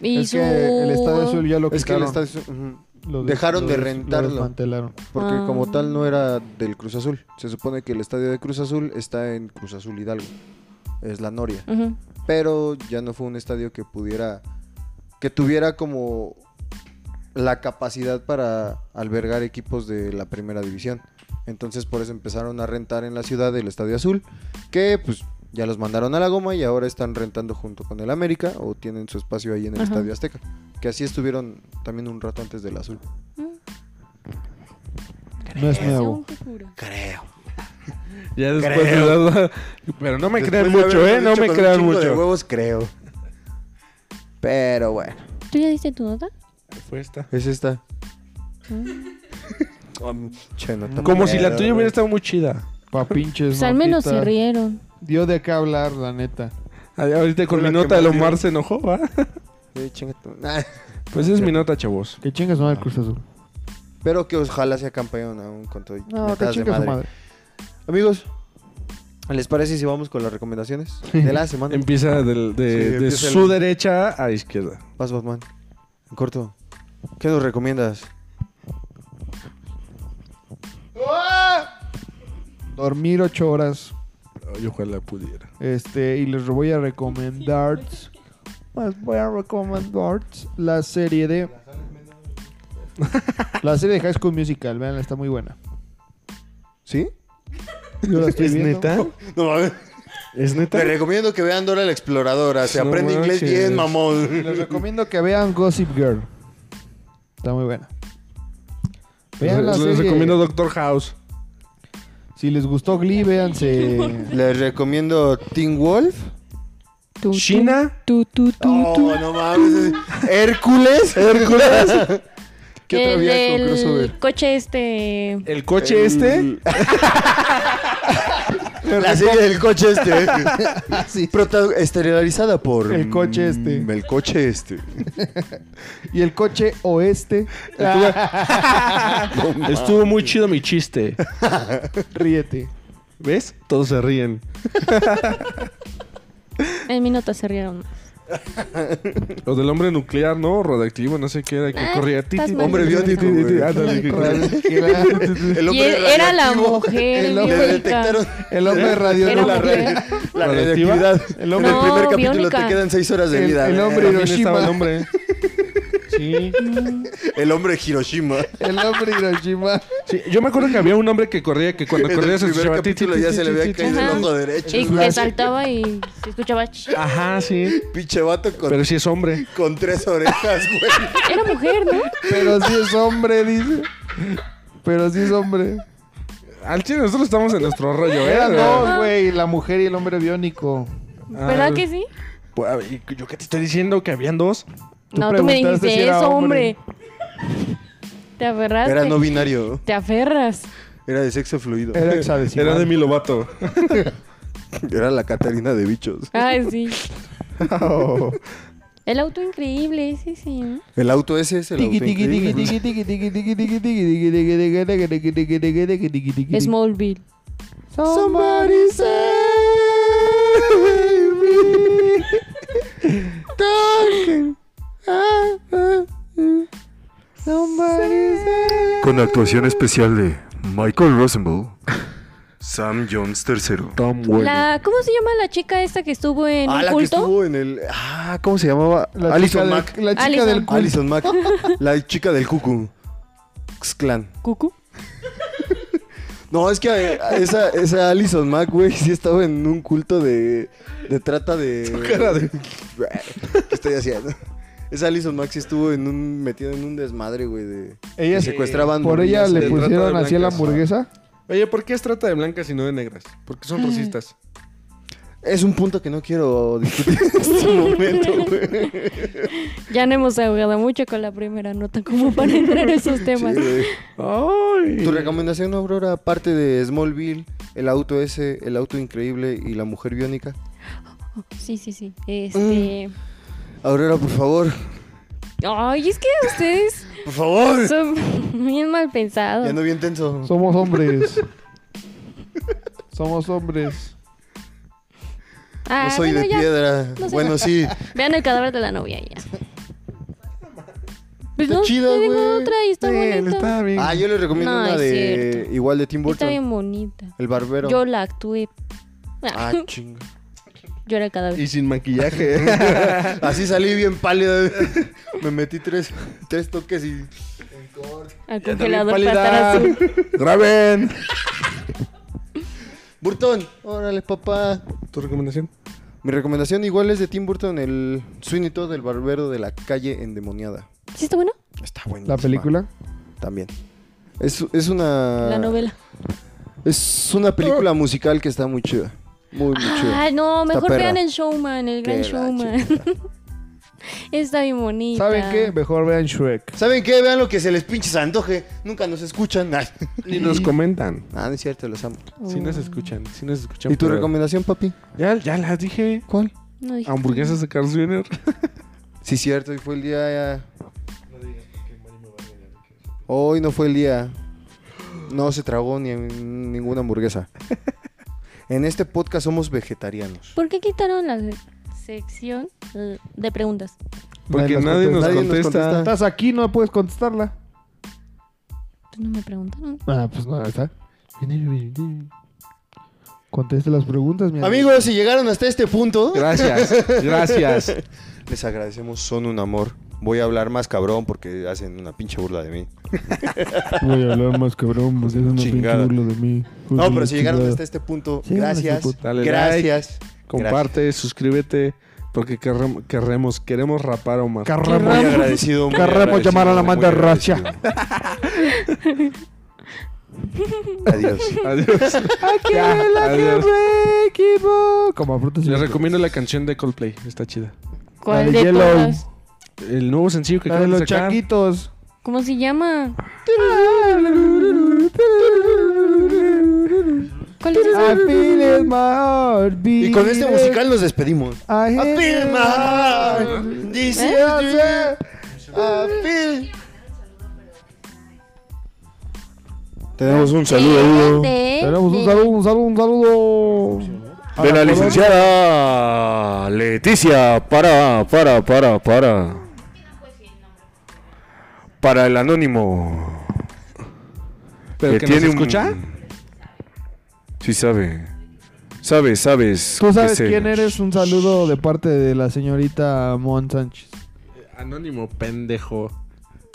Speaker 1: Y
Speaker 2: es
Speaker 1: su-
Speaker 2: que el Estadio Azul ya lo
Speaker 3: Es que el
Speaker 2: quitaron.
Speaker 3: estadio- ujú,
Speaker 2: Lo des-
Speaker 3: dejaron
Speaker 2: lo
Speaker 3: de
Speaker 2: des- lo
Speaker 3: rentarlo.
Speaker 2: desmantelaron.
Speaker 3: Porque
Speaker 1: Ah.
Speaker 3: como tal no era del Cruz Azul. Se supone que el estadio de Cruz Azul está en Cruz Azul Hidalgo. Es la Noria.
Speaker 1: Ujú.
Speaker 3: pero ya no fue un estadio que pudiera, que tuviera como la capacidad para albergar equipos de la primera división. Entonces por eso empezaron a rentar en la ciudad el Estadio Azul, que pues ya los mandaron a la goma y ahora están rentando junto con el América o tienen su espacio ahí en el
Speaker 1: Ajá.
Speaker 3: Estadio Azteca, que así estuvieron también un rato antes del Azul.
Speaker 2: No es nuevo.
Speaker 1: Son, te juro.
Speaker 3: Creo.
Speaker 4: Ya después de la- Pero no me crean mucho, ¿eh? No me crean mucho.
Speaker 3: huevos creo. Pero bueno,
Speaker 1: ¿Tú ya diste tu nota?
Speaker 4: Fue esta.
Speaker 3: es esta.
Speaker 1: Mm.
Speaker 3: Che, no tan
Speaker 4: Como si la
Speaker 3: pedo,
Speaker 4: tuya
Speaker 3: güey.
Speaker 4: hubiera estado muy chida.
Speaker 2: Pa' pinches
Speaker 1: Pues al menos se
Speaker 2: notitas.
Speaker 1: rieron.
Speaker 2: Dio de qué hablar, la neta.
Speaker 4: Ay, Ahorita
Speaker 3: Con
Speaker 4: con mi
Speaker 3: la que
Speaker 4: nota el
Speaker 3: más
Speaker 4: Omar
Speaker 3: dio.
Speaker 4: se enojó, ¿va?
Speaker 3: Eh, chinga tu- Nah.
Speaker 4: Pues es mi nota, chavos.
Speaker 2: Que chingas no el Cruz Azul.
Speaker 3: Pero que ojalá sea campeón aún con todo. y
Speaker 2: No, que
Speaker 3: mentadas de
Speaker 2: chingas su
Speaker 3: madre.
Speaker 2: madre.
Speaker 3: Amigos, ¿les parece si vamos con las recomendaciones de la semana?
Speaker 4: Empieza del- de,
Speaker 3: Sí,
Speaker 4: de
Speaker 3: empieza el-
Speaker 4: su derecha a izquierda.
Speaker 3: Vas, Batman. En corto. ¿Qué nos recomiendas?
Speaker 2: Dormir ocho horas.
Speaker 4: Ay, ojalá pudiera.
Speaker 2: Este, y les voy a recomendar. Les voy a recomendar la serie de. La serie de High School Musical, vean, está muy buena.
Speaker 3: ¿Sí?
Speaker 2: Yo la estoy
Speaker 4: ¿Es
Speaker 2: viendo.
Speaker 4: neta?
Speaker 3: No, a ver.
Speaker 4: ¿Es neta?
Speaker 3: Te recomiendo que vean Dora la Exploradora. Se
Speaker 4: No
Speaker 3: aprende inglés
Speaker 4: manches.
Speaker 3: bien,
Speaker 2: Les
Speaker 3: mamón.
Speaker 2: recomiendo que vean Gossip Girl. Está muy buena. Vean la
Speaker 4: Les,
Speaker 2: serie.
Speaker 4: recomiendo Doctor House.
Speaker 2: Si les gustó Glee, véanse.
Speaker 3: Les recomiendo Teen Wolf.
Speaker 1: Tu, tu,
Speaker 4: China.
Speaker 1: tu, tu, tu, tu.
Speaker 3: Oh, no mames. Hércules. Hércules. ¿Qué otra
Speaker 1: el
Speaker 3: había con crossover?
Speaker 1: del coche este.
Speaker 4: El coche este.
Speaker 3: La serie del coche este.
Speaker 2: Sí.
Speaker 3: Prota- estelarizada por.
Speaker 2: El coche este.
Speaker 3: mm, El coche este.
Speaker 2: Y el coche oeste.
Speaker 4: Estuvo muy chido mi chiste.
Speaker 2: Ríete.
Speaker 4: ¿Ves? Todos se ríen.
Speaker 1: En mi nota se rieron.
Speaker 4: Lo del hombre nuclear, ¿no? Radioactivo, no sé qué era. Que
Speaker 1: Ah,
Speaker 4: corría.
Speaker 1: estás
Speaker 4: Ti, ti, ti,
Speaker 1: mal. Hombre
Speaker 4: ti, ti,
Speaker 3: biótico,
Speaker 4: ti, ti,
Speaker 3: güey.
Speaker 4: ándale, que corría.
Speaker 3: El
Speaker 1: Y e-
Speaker 3: hombre
Speaker 1: era la
Speaker 3: radioactivo.
Speaker 1: mujer.
Speaker 2: El
Speaker 3: Le
Speaker 2: hombre-
Speaker 1: biónica.
Speaker 3: detectaron
Speaker 2: El hombre
Speaker 1: Era
Speaker 2: radio.
Speaker 3: la,
Speaker 1: mujer.
Speaker 3: radio- la
Speaker 4: ¿Radioactiva?
Speaker 3: radioactividad.
Speaker 2: El
Speaker 3: En
Speaker 2: hombre-
Speaker 3: el
Speaker 1: No,
Speaker 3: primer capítulo te
Speaker 1: biónica.
Speaker 3: quedan seis horas de
Speaker 2: El-
Speaker 3: vida.
Speaker 2: el
Speaker 3: Eh,
Speaker 2: hombre-
Speaker 4: También
Speaker 2: Hiroshima.
Speaker 4: estaba el hombre. Sí.
Speaker 3: el hombre Hiroshima.
Speaker 2: El hombre Hiroshima.
Speaker 4: Sí, Yo me acuerdo que había un hombre que corría, que cuando
Speaker 3: En
Speaker 4: corría
Speaker 3: el
Speaker 4: se
Speaker 3: primer
Speaker 4: escuchaba ti, ti,
Speaker 3: capítulo
Speaker 4: ti,
Speaker 3: ya
Speaker 4: ti,
Speaker 3: se le
Speaker 4: ti,
Speaker 3: había
Speaker 4: ti,
Speaker 3: caído el
Speaker 1: Ajá.
Speaker 3: ojo derecho.
Speaker 1: Y
Speaker 3: güey.
Speaker 1: que saltaba y se escuchaba. ch-
Speaker 4: Ajá, sí.
Speaker 3: Pinche vato con,
Speaker 4: Pero sí es hombre.
Speaker 3: con tres orejas, güey.
Speaker 1: Era mujer, ¿no?
Speaker 2: Pero si es hombre, dice. Pero si es hombre.
Speaker 4: Al chile, nosotros estamos en nuestro rollo, ¿eh?
Speaker 2: Eran dos, güey. La mujer y el hombre biónico.
Speaker 3: Ah.
Speaker 1: ¿Verdad que sí?
Speaker 4: Pues, a ver, Yo que te estoy diciendo que habían dos.
Speaker 2: Tú
Speaker 1: no, tú me
Speaker 2: preguntaste
Speaker 1: dijiste
Speaker 2: si era
Speaker 1: eso,
Speaker 2: hombre".
Speaker 1: hombre. Te aferraste.
Speaker 3: Era no binario.
Speaker 1: Te aferras.
Speaker 3: Era de sexo fluido.
Speaker 2: Era hexadecimal.
Speaker 4: Era de mi lobato.
Speaker 3: Era la Catarina de bichos.
Speaker 1: Ay, sí. El auto increíble, ese sí. ¿no?
Speaker 3: El auto ese es el
Speaker 2: Tiki,
Speaker 3: auto
Speaker 2: tiki,
Speaker 3: increíble.
Speaker 2: tiki, tiki, tiki, tiki, tiki, tiki, tiki, tiki, tiki, tiki, tiki, tiki, tiki, tiki, tiki.
Speaker 1: Smallville.
Speaker 2: Somebody save me. Talking. Ah, ah, mm. Somebody save
Speaker 5: Con actuación especial de Michael Rosenbaum, Sam Jones III.
Speaker 4: Tom
Speaker 1: La, ¿Cómo se llama la chica esta que estuvo en
Speaker 3: Ah,
Speaker 1: un
Speaker 3: la que
Speaker 1: culto?
Speaker 3: estuvo en el. Ah, ¿cómo se llamaba?
Speaker 2: La
Speaker 3: Alison
Speaker 2: chica del-
Speaker 3: Mack.
Speaker 2: La chica
Speaker 1: Alison.
Speaker 2: del culto.
Speaker 3: Alison Mack. la chica del cucu. Clan.
Speaker 1: Cucu.
Speaker 3: No, es que eh, esa, esa Alison Mack, güey, sí estaba en un culto de, de trata de...
Speaker 4: cara de-
Speaker 3: ¿Qué estoy haciendo? Esa Alison Mack sí estuvo en un, metida en un desmadre, güey, de...
Speaker 2: Ella
Speaker 3: que secuestraban...
Speaker 2: Por ella
Speaker 3: morrillas
Speaker 2: le
Speaker 3: de-
Speaker 4: trata de
Speaker 2: pusieron así a la
Speaker 4: blancas.
Speaker 2: hamburguesa.
Speaker 4: Oye, ¿por qué es trata de blancas y no de negras? Porque son racistas.
Speaker 3: Es un punto que no quiero discutir en este momento, güey.
Speaker 1: Ya no hemos ahogado mucho con la primera nota como para entrar a esos
Speaker 3: Sí,
Speaker 1: temas.
Speaker 3: güey.
Speaker 4: Ay.
Speaker 3: Tu recomendación, Aurora, aparte de Smallville, el auto ese, el auto increíble y la mujer biónica.
Speaker 1: Sí, sí, sí.
Speaker 3: Mm.
Speaker 1: Este.
Speaker 3: Aurora, por favor.
Speaker 1: Ay, es que ustedes
Speaker 3: Por favor.
Speaker 1: son bien mal
Speaker 3: Ya
Speaker 1: pensados.
Speaker 3: ando bien tenso.
Speaker 2: Somos hombres. Somos hombres.
Speaker 1: Ah,
Speaker 3: no soy
Speaker 1: bueno,
Speaker 3: de
Speaker 1: ya.
Speaker 3: piedra.
Speaker 1: no sé.
Speaker 3: bueno, sí.
Speaker 1: Vean el cadáver de la novia ya. Pues
Speaker 3: Está
Speaker 1: no,
Speaker 3: chida,
Speaker 1: te digo
Speaker 3: güey.
Speaker 1: otra y está
Speaker 4: Él
Speaker 1: bonita.
Speaker 4: está bien.
Speaker 3: Ah, yo les recomiendo
Speaker 1: No,
Speaker 3: una
Speaker 1: es
Speaker 3: de
Speaker 1: cierto.
Speaker 3: igual de Tim
Speaker 1: Está
Speaker 3: Burton.
Speaker 1: bien bonita.
Speaker 3: El barbero.
Speaker 1: Yo la actué.
Speaker 3: Ah, chinga.
Speaker 1: Yo era el cadáver.
Speaker 4: Y sin maquillaje.
Speaker 3: Así salí bien pálido. Me metí tres, tres toques y.
Speaker 1: Al
Speaker 4: Ya está bien
Speaker 1: congelador para estar
Speaker 4: pálida.
Speaker 1: azul.
Speaker 4: Graben.
Speaker 3: Burton, órale, papá.
Speaker 4: ¿Tu recomendación?
Speaker 3: Mi recomendación igual es de Tim Burton, el Sweeney Todd, el barbero de la calle endemoniada.
Speaker 1: ¿Sí está buena?
Speaker 3: Está bueno.
Speaker 2: La película.
Speaker 3: También. Es, es una.
Speaker 1: La novela.
Speaker 3: Es una película musical que está muy chida. Muy, muy chida.
Speaker 1: Ah, no,
Speaker 3: Está
Speaker 1: mejor
Speaker 3: perra.
Speaker 1: vean el showman, el gran
Speaker 3: Qué la
Speaker 1: showman.
Speaker 3: chingada.
Speaker 1: Está bien bonita.
Speaker 2: ¿Saben qué? Mejor vean Shrek.
Speaker 3: ¿Saben qué? Vean lo que se les pinche se antoje. Nunca nos escuchan. Ay.
Speaker 4: Y nos comentan.
Speaker 3: Ah, no es cierto, los amo.
Speaker 4: Si nos escuchan, si nos escuchan.
Speaker 3: ¿Y tu
Speaker 4: pero-
Speaker 3: recomendación, papi?
Speaker 4: Ya, ya las dije.
Speaker 3: ¿Cuál?
Speaker 1: No dije.
Speaker 4: Hamburguesas de Carl Jr.
Speaker 3: Sí, cierto, hoy fue el día. ya. Hoy no fue el día. No se tragó ni ninguna hamburguesa. En este podcast somos vegetarianos.
Speaker 1: ¿Por qué quitaron la se- sección eh, de preguntas?
Speaker 4: Porque
Speaker 2: las
Speaker 4: nadie, nos,
Speaker 2: contesta.
Speaker 3: Nadie nos
Speaker 4: contesta.
Speaker 3: contesta.
Speaker 2: Estás aquí, no puedes contestarla.
Speaker 1: Pues no me preguntaron.
Speaker 2: Ah, pues no, está. Conteste las preguntas, mi amigo.
Speaker 3: Amigos, si llegaron hasta este punto,
Speaker 4: Gracias, gracias.
Speaker 3: les agradecemos. Son un amor. voy a hablar más cabrón porque hacen una pinche burla de mí.
Speaker 2: Voy a hablar más cabrón, porque es una pinche
Speaker 3: Chingada.
Speaker 2: burla de mí. Hijo de
Speaker 3: No, pero
Speaker 2: la
Speaker 3: si llegaron
Speaker 2: chingada.
Speaker 3: hasta este punto,
Speaker 2: Sí,
Speaker 3: gracias.
Speaker 2: hijo de puta.
Speaker 4: Dale
Speaker 3: gracias.
Speaker 4: Comparte, suscríbete, porque querrem- querremos, queremos rapar a Omar.
Speaker 2: Carramos,
Speaker 3: Muy agradecido. muy
Speaker 2: carramos
Speaker 3: agradecido,
Speaker 2: llamar a la
Speaker 3: muy
Speaker 2: manda
Speaker 3: agradecido.
Speaker 2: racha.
Speaker 3: Adiós.
Speaker 4: Adiós. Ya, adiós.
Speaker 2: Me equivoco. Como frutas y
Speaker 4: Les
Speaker 2: verduras.
Speaker 4: recomiendo la canción de Coldplay, está chida.
Speaker 2: La
Speaker 1: ¿Cuál
Speaker 2: de
Speaker 1: de
Speaker 2: Yellow.
Speaker 1: todas?
Speaker 4: El nuevo sencillo que
Speaker 2: La de
Speaker 4: acaban de
Speaker 2: Ah, los
Speaker 4: sacar.
Speaker 2: changuitos.
Speaker 1: ¿Cómo se llama? ¿Cuál es
Speaker 2: I
Speaker 1: esa?
Speaker 2: feel it, my heart
Speaker 3: Y con este musical nos despedimos.
Speaker 2: I
Speaker 3: I feel my heart,
Speaker 2: heart.
Speaker 3: this is
Speaker 1: ¿Eh?
Speaker 3: the- I feel- Tenemos un saludo
Speaker 1: De-
Speaker 2: Tenemos un
Speaker 1: de-
Speaker 2: saludo, un saludo, un saludo. A
Speaker 5: de la
Speaker 2: colonia.
Speaker 5: licenciada Leticia para, para, para, para. Para el anónimo.
Speaker 4: ¿Pero que, nos
Speaker 5: tiene un-
Speaker 4: escucha?
Speaker 5: Sí sabe. Sabe, sabes.
Speaker 2: Tú
Speaker 5: que
Speaker 2: sabes
Speaker 5: sé.
Speaker 2: quién eres. Un saludo de parte de la señorita Mon Sánchez.
Speaker 4: Anónimo, pendejo.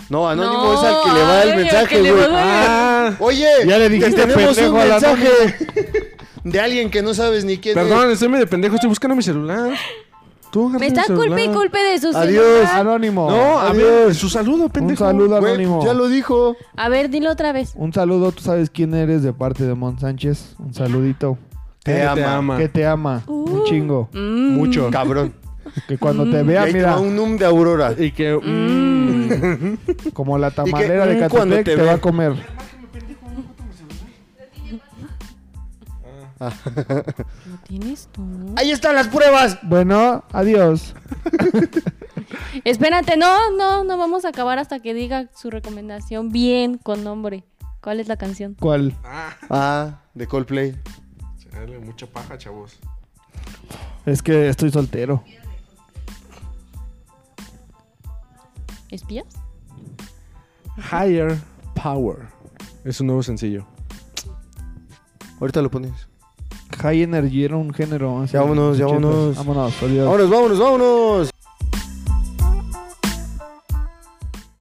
Speaker 3: No, Anónimo
Speaker 1: No,
Speaker 3: es al que le va
Speaker 1: ay,
Speaker 3: el
Speaker 1: al
Speaker 3: mensaje,
Speaker 1: que le
Speaker 3: güey.
Speaker 1: va-
Speaker 4: Ah,
Speaker 3: Oye,
Speaker 2: Ya le dijiste
Speaker 3: te tenemos un
Speaker 2: pendejo al
Speaker 3: mensaje de alguien que no sabes ni quién
Speaker 4: perdón, estoy medio pendejo, estoy buscando mi celular. Tú agarra
Speaker 1: Me
Speaker 4: mi
Speaker 1: está culpe y
Speaker 4: celular.
Speaker 1: culpe de sus
Speaker 2: Adiós. Ah, Anónimo.
Speaker 4: No, a ver,
Speaker 2: Adiós.
Speaker 4: su saludo,
Speaker 2: Un
Speaker 4: pendejo.
Speaker 2: saludo
Speaker 3: es. Güey,
Speaker 2: anónimo.
Speaker 3: ya lo dijo.
Speaker 1: A ver, dilo otra vez.
Speaker 2: Un saludo, tú sabes quién eres de parte de Mon Sánchez. Un saludito.
Speaker 4: Que
Speaker 3: Te ama.
Speaker 2: Que te ama. Un
Speaker 1: Uh.
Speaker 2: chingo.
Speaker 1: Mm.
Speaker 4: Mucho.
Speaker 3: Cabrón.
Speaker 2: Que cuando te
Speaker 3: Y
Speaker 2: vea,
Speaker 3: ahí te va
Speaker 2: mira,
Speaker 3: un num de Aurora.
Speaker 4: Y que...
Speaker 1: Mm.
Speaker 2: como la tamalera
Speaker 3: mm,
Speaker 2: de
Speaker 3: cuando
Speaker 2: Catepec
Speaker 3: te
Speaker 2: te,
Speaker 3: ve.
Speaker 2: va a comer.
Speaker 1: ¿Lo tienes tú?
Speaker 3: Ahí están las pruebas.
Speaker 2: Bueno, adiós.
Speaker 1: Espérate, no, no, no vamos a acabar hasta que diga su recomendación bien con nombre. ¿Cuál es la canción?
Speaker 2: ¿Cuál?
Speaker 3: Ah, de Coldplay.
Speaker 4: Dale mucha paja, chavos.
Speaker 2: Es que estoy soltero.
Speaker 1: ¿Espías?
Speaker 4: Higher Power. Es un nuevo sencillo.
Speaker 3: Ahorita lo pones.
Speaker 2: High Energy era un género. así,
Speaker 3: Ya vámonos, ya
Speaker 2: ochentas.
Speaker 3: vámonos.
Speaker 2: Vámonos, adiós.
Speaker 3: Vámonos, vámonos, vámonos.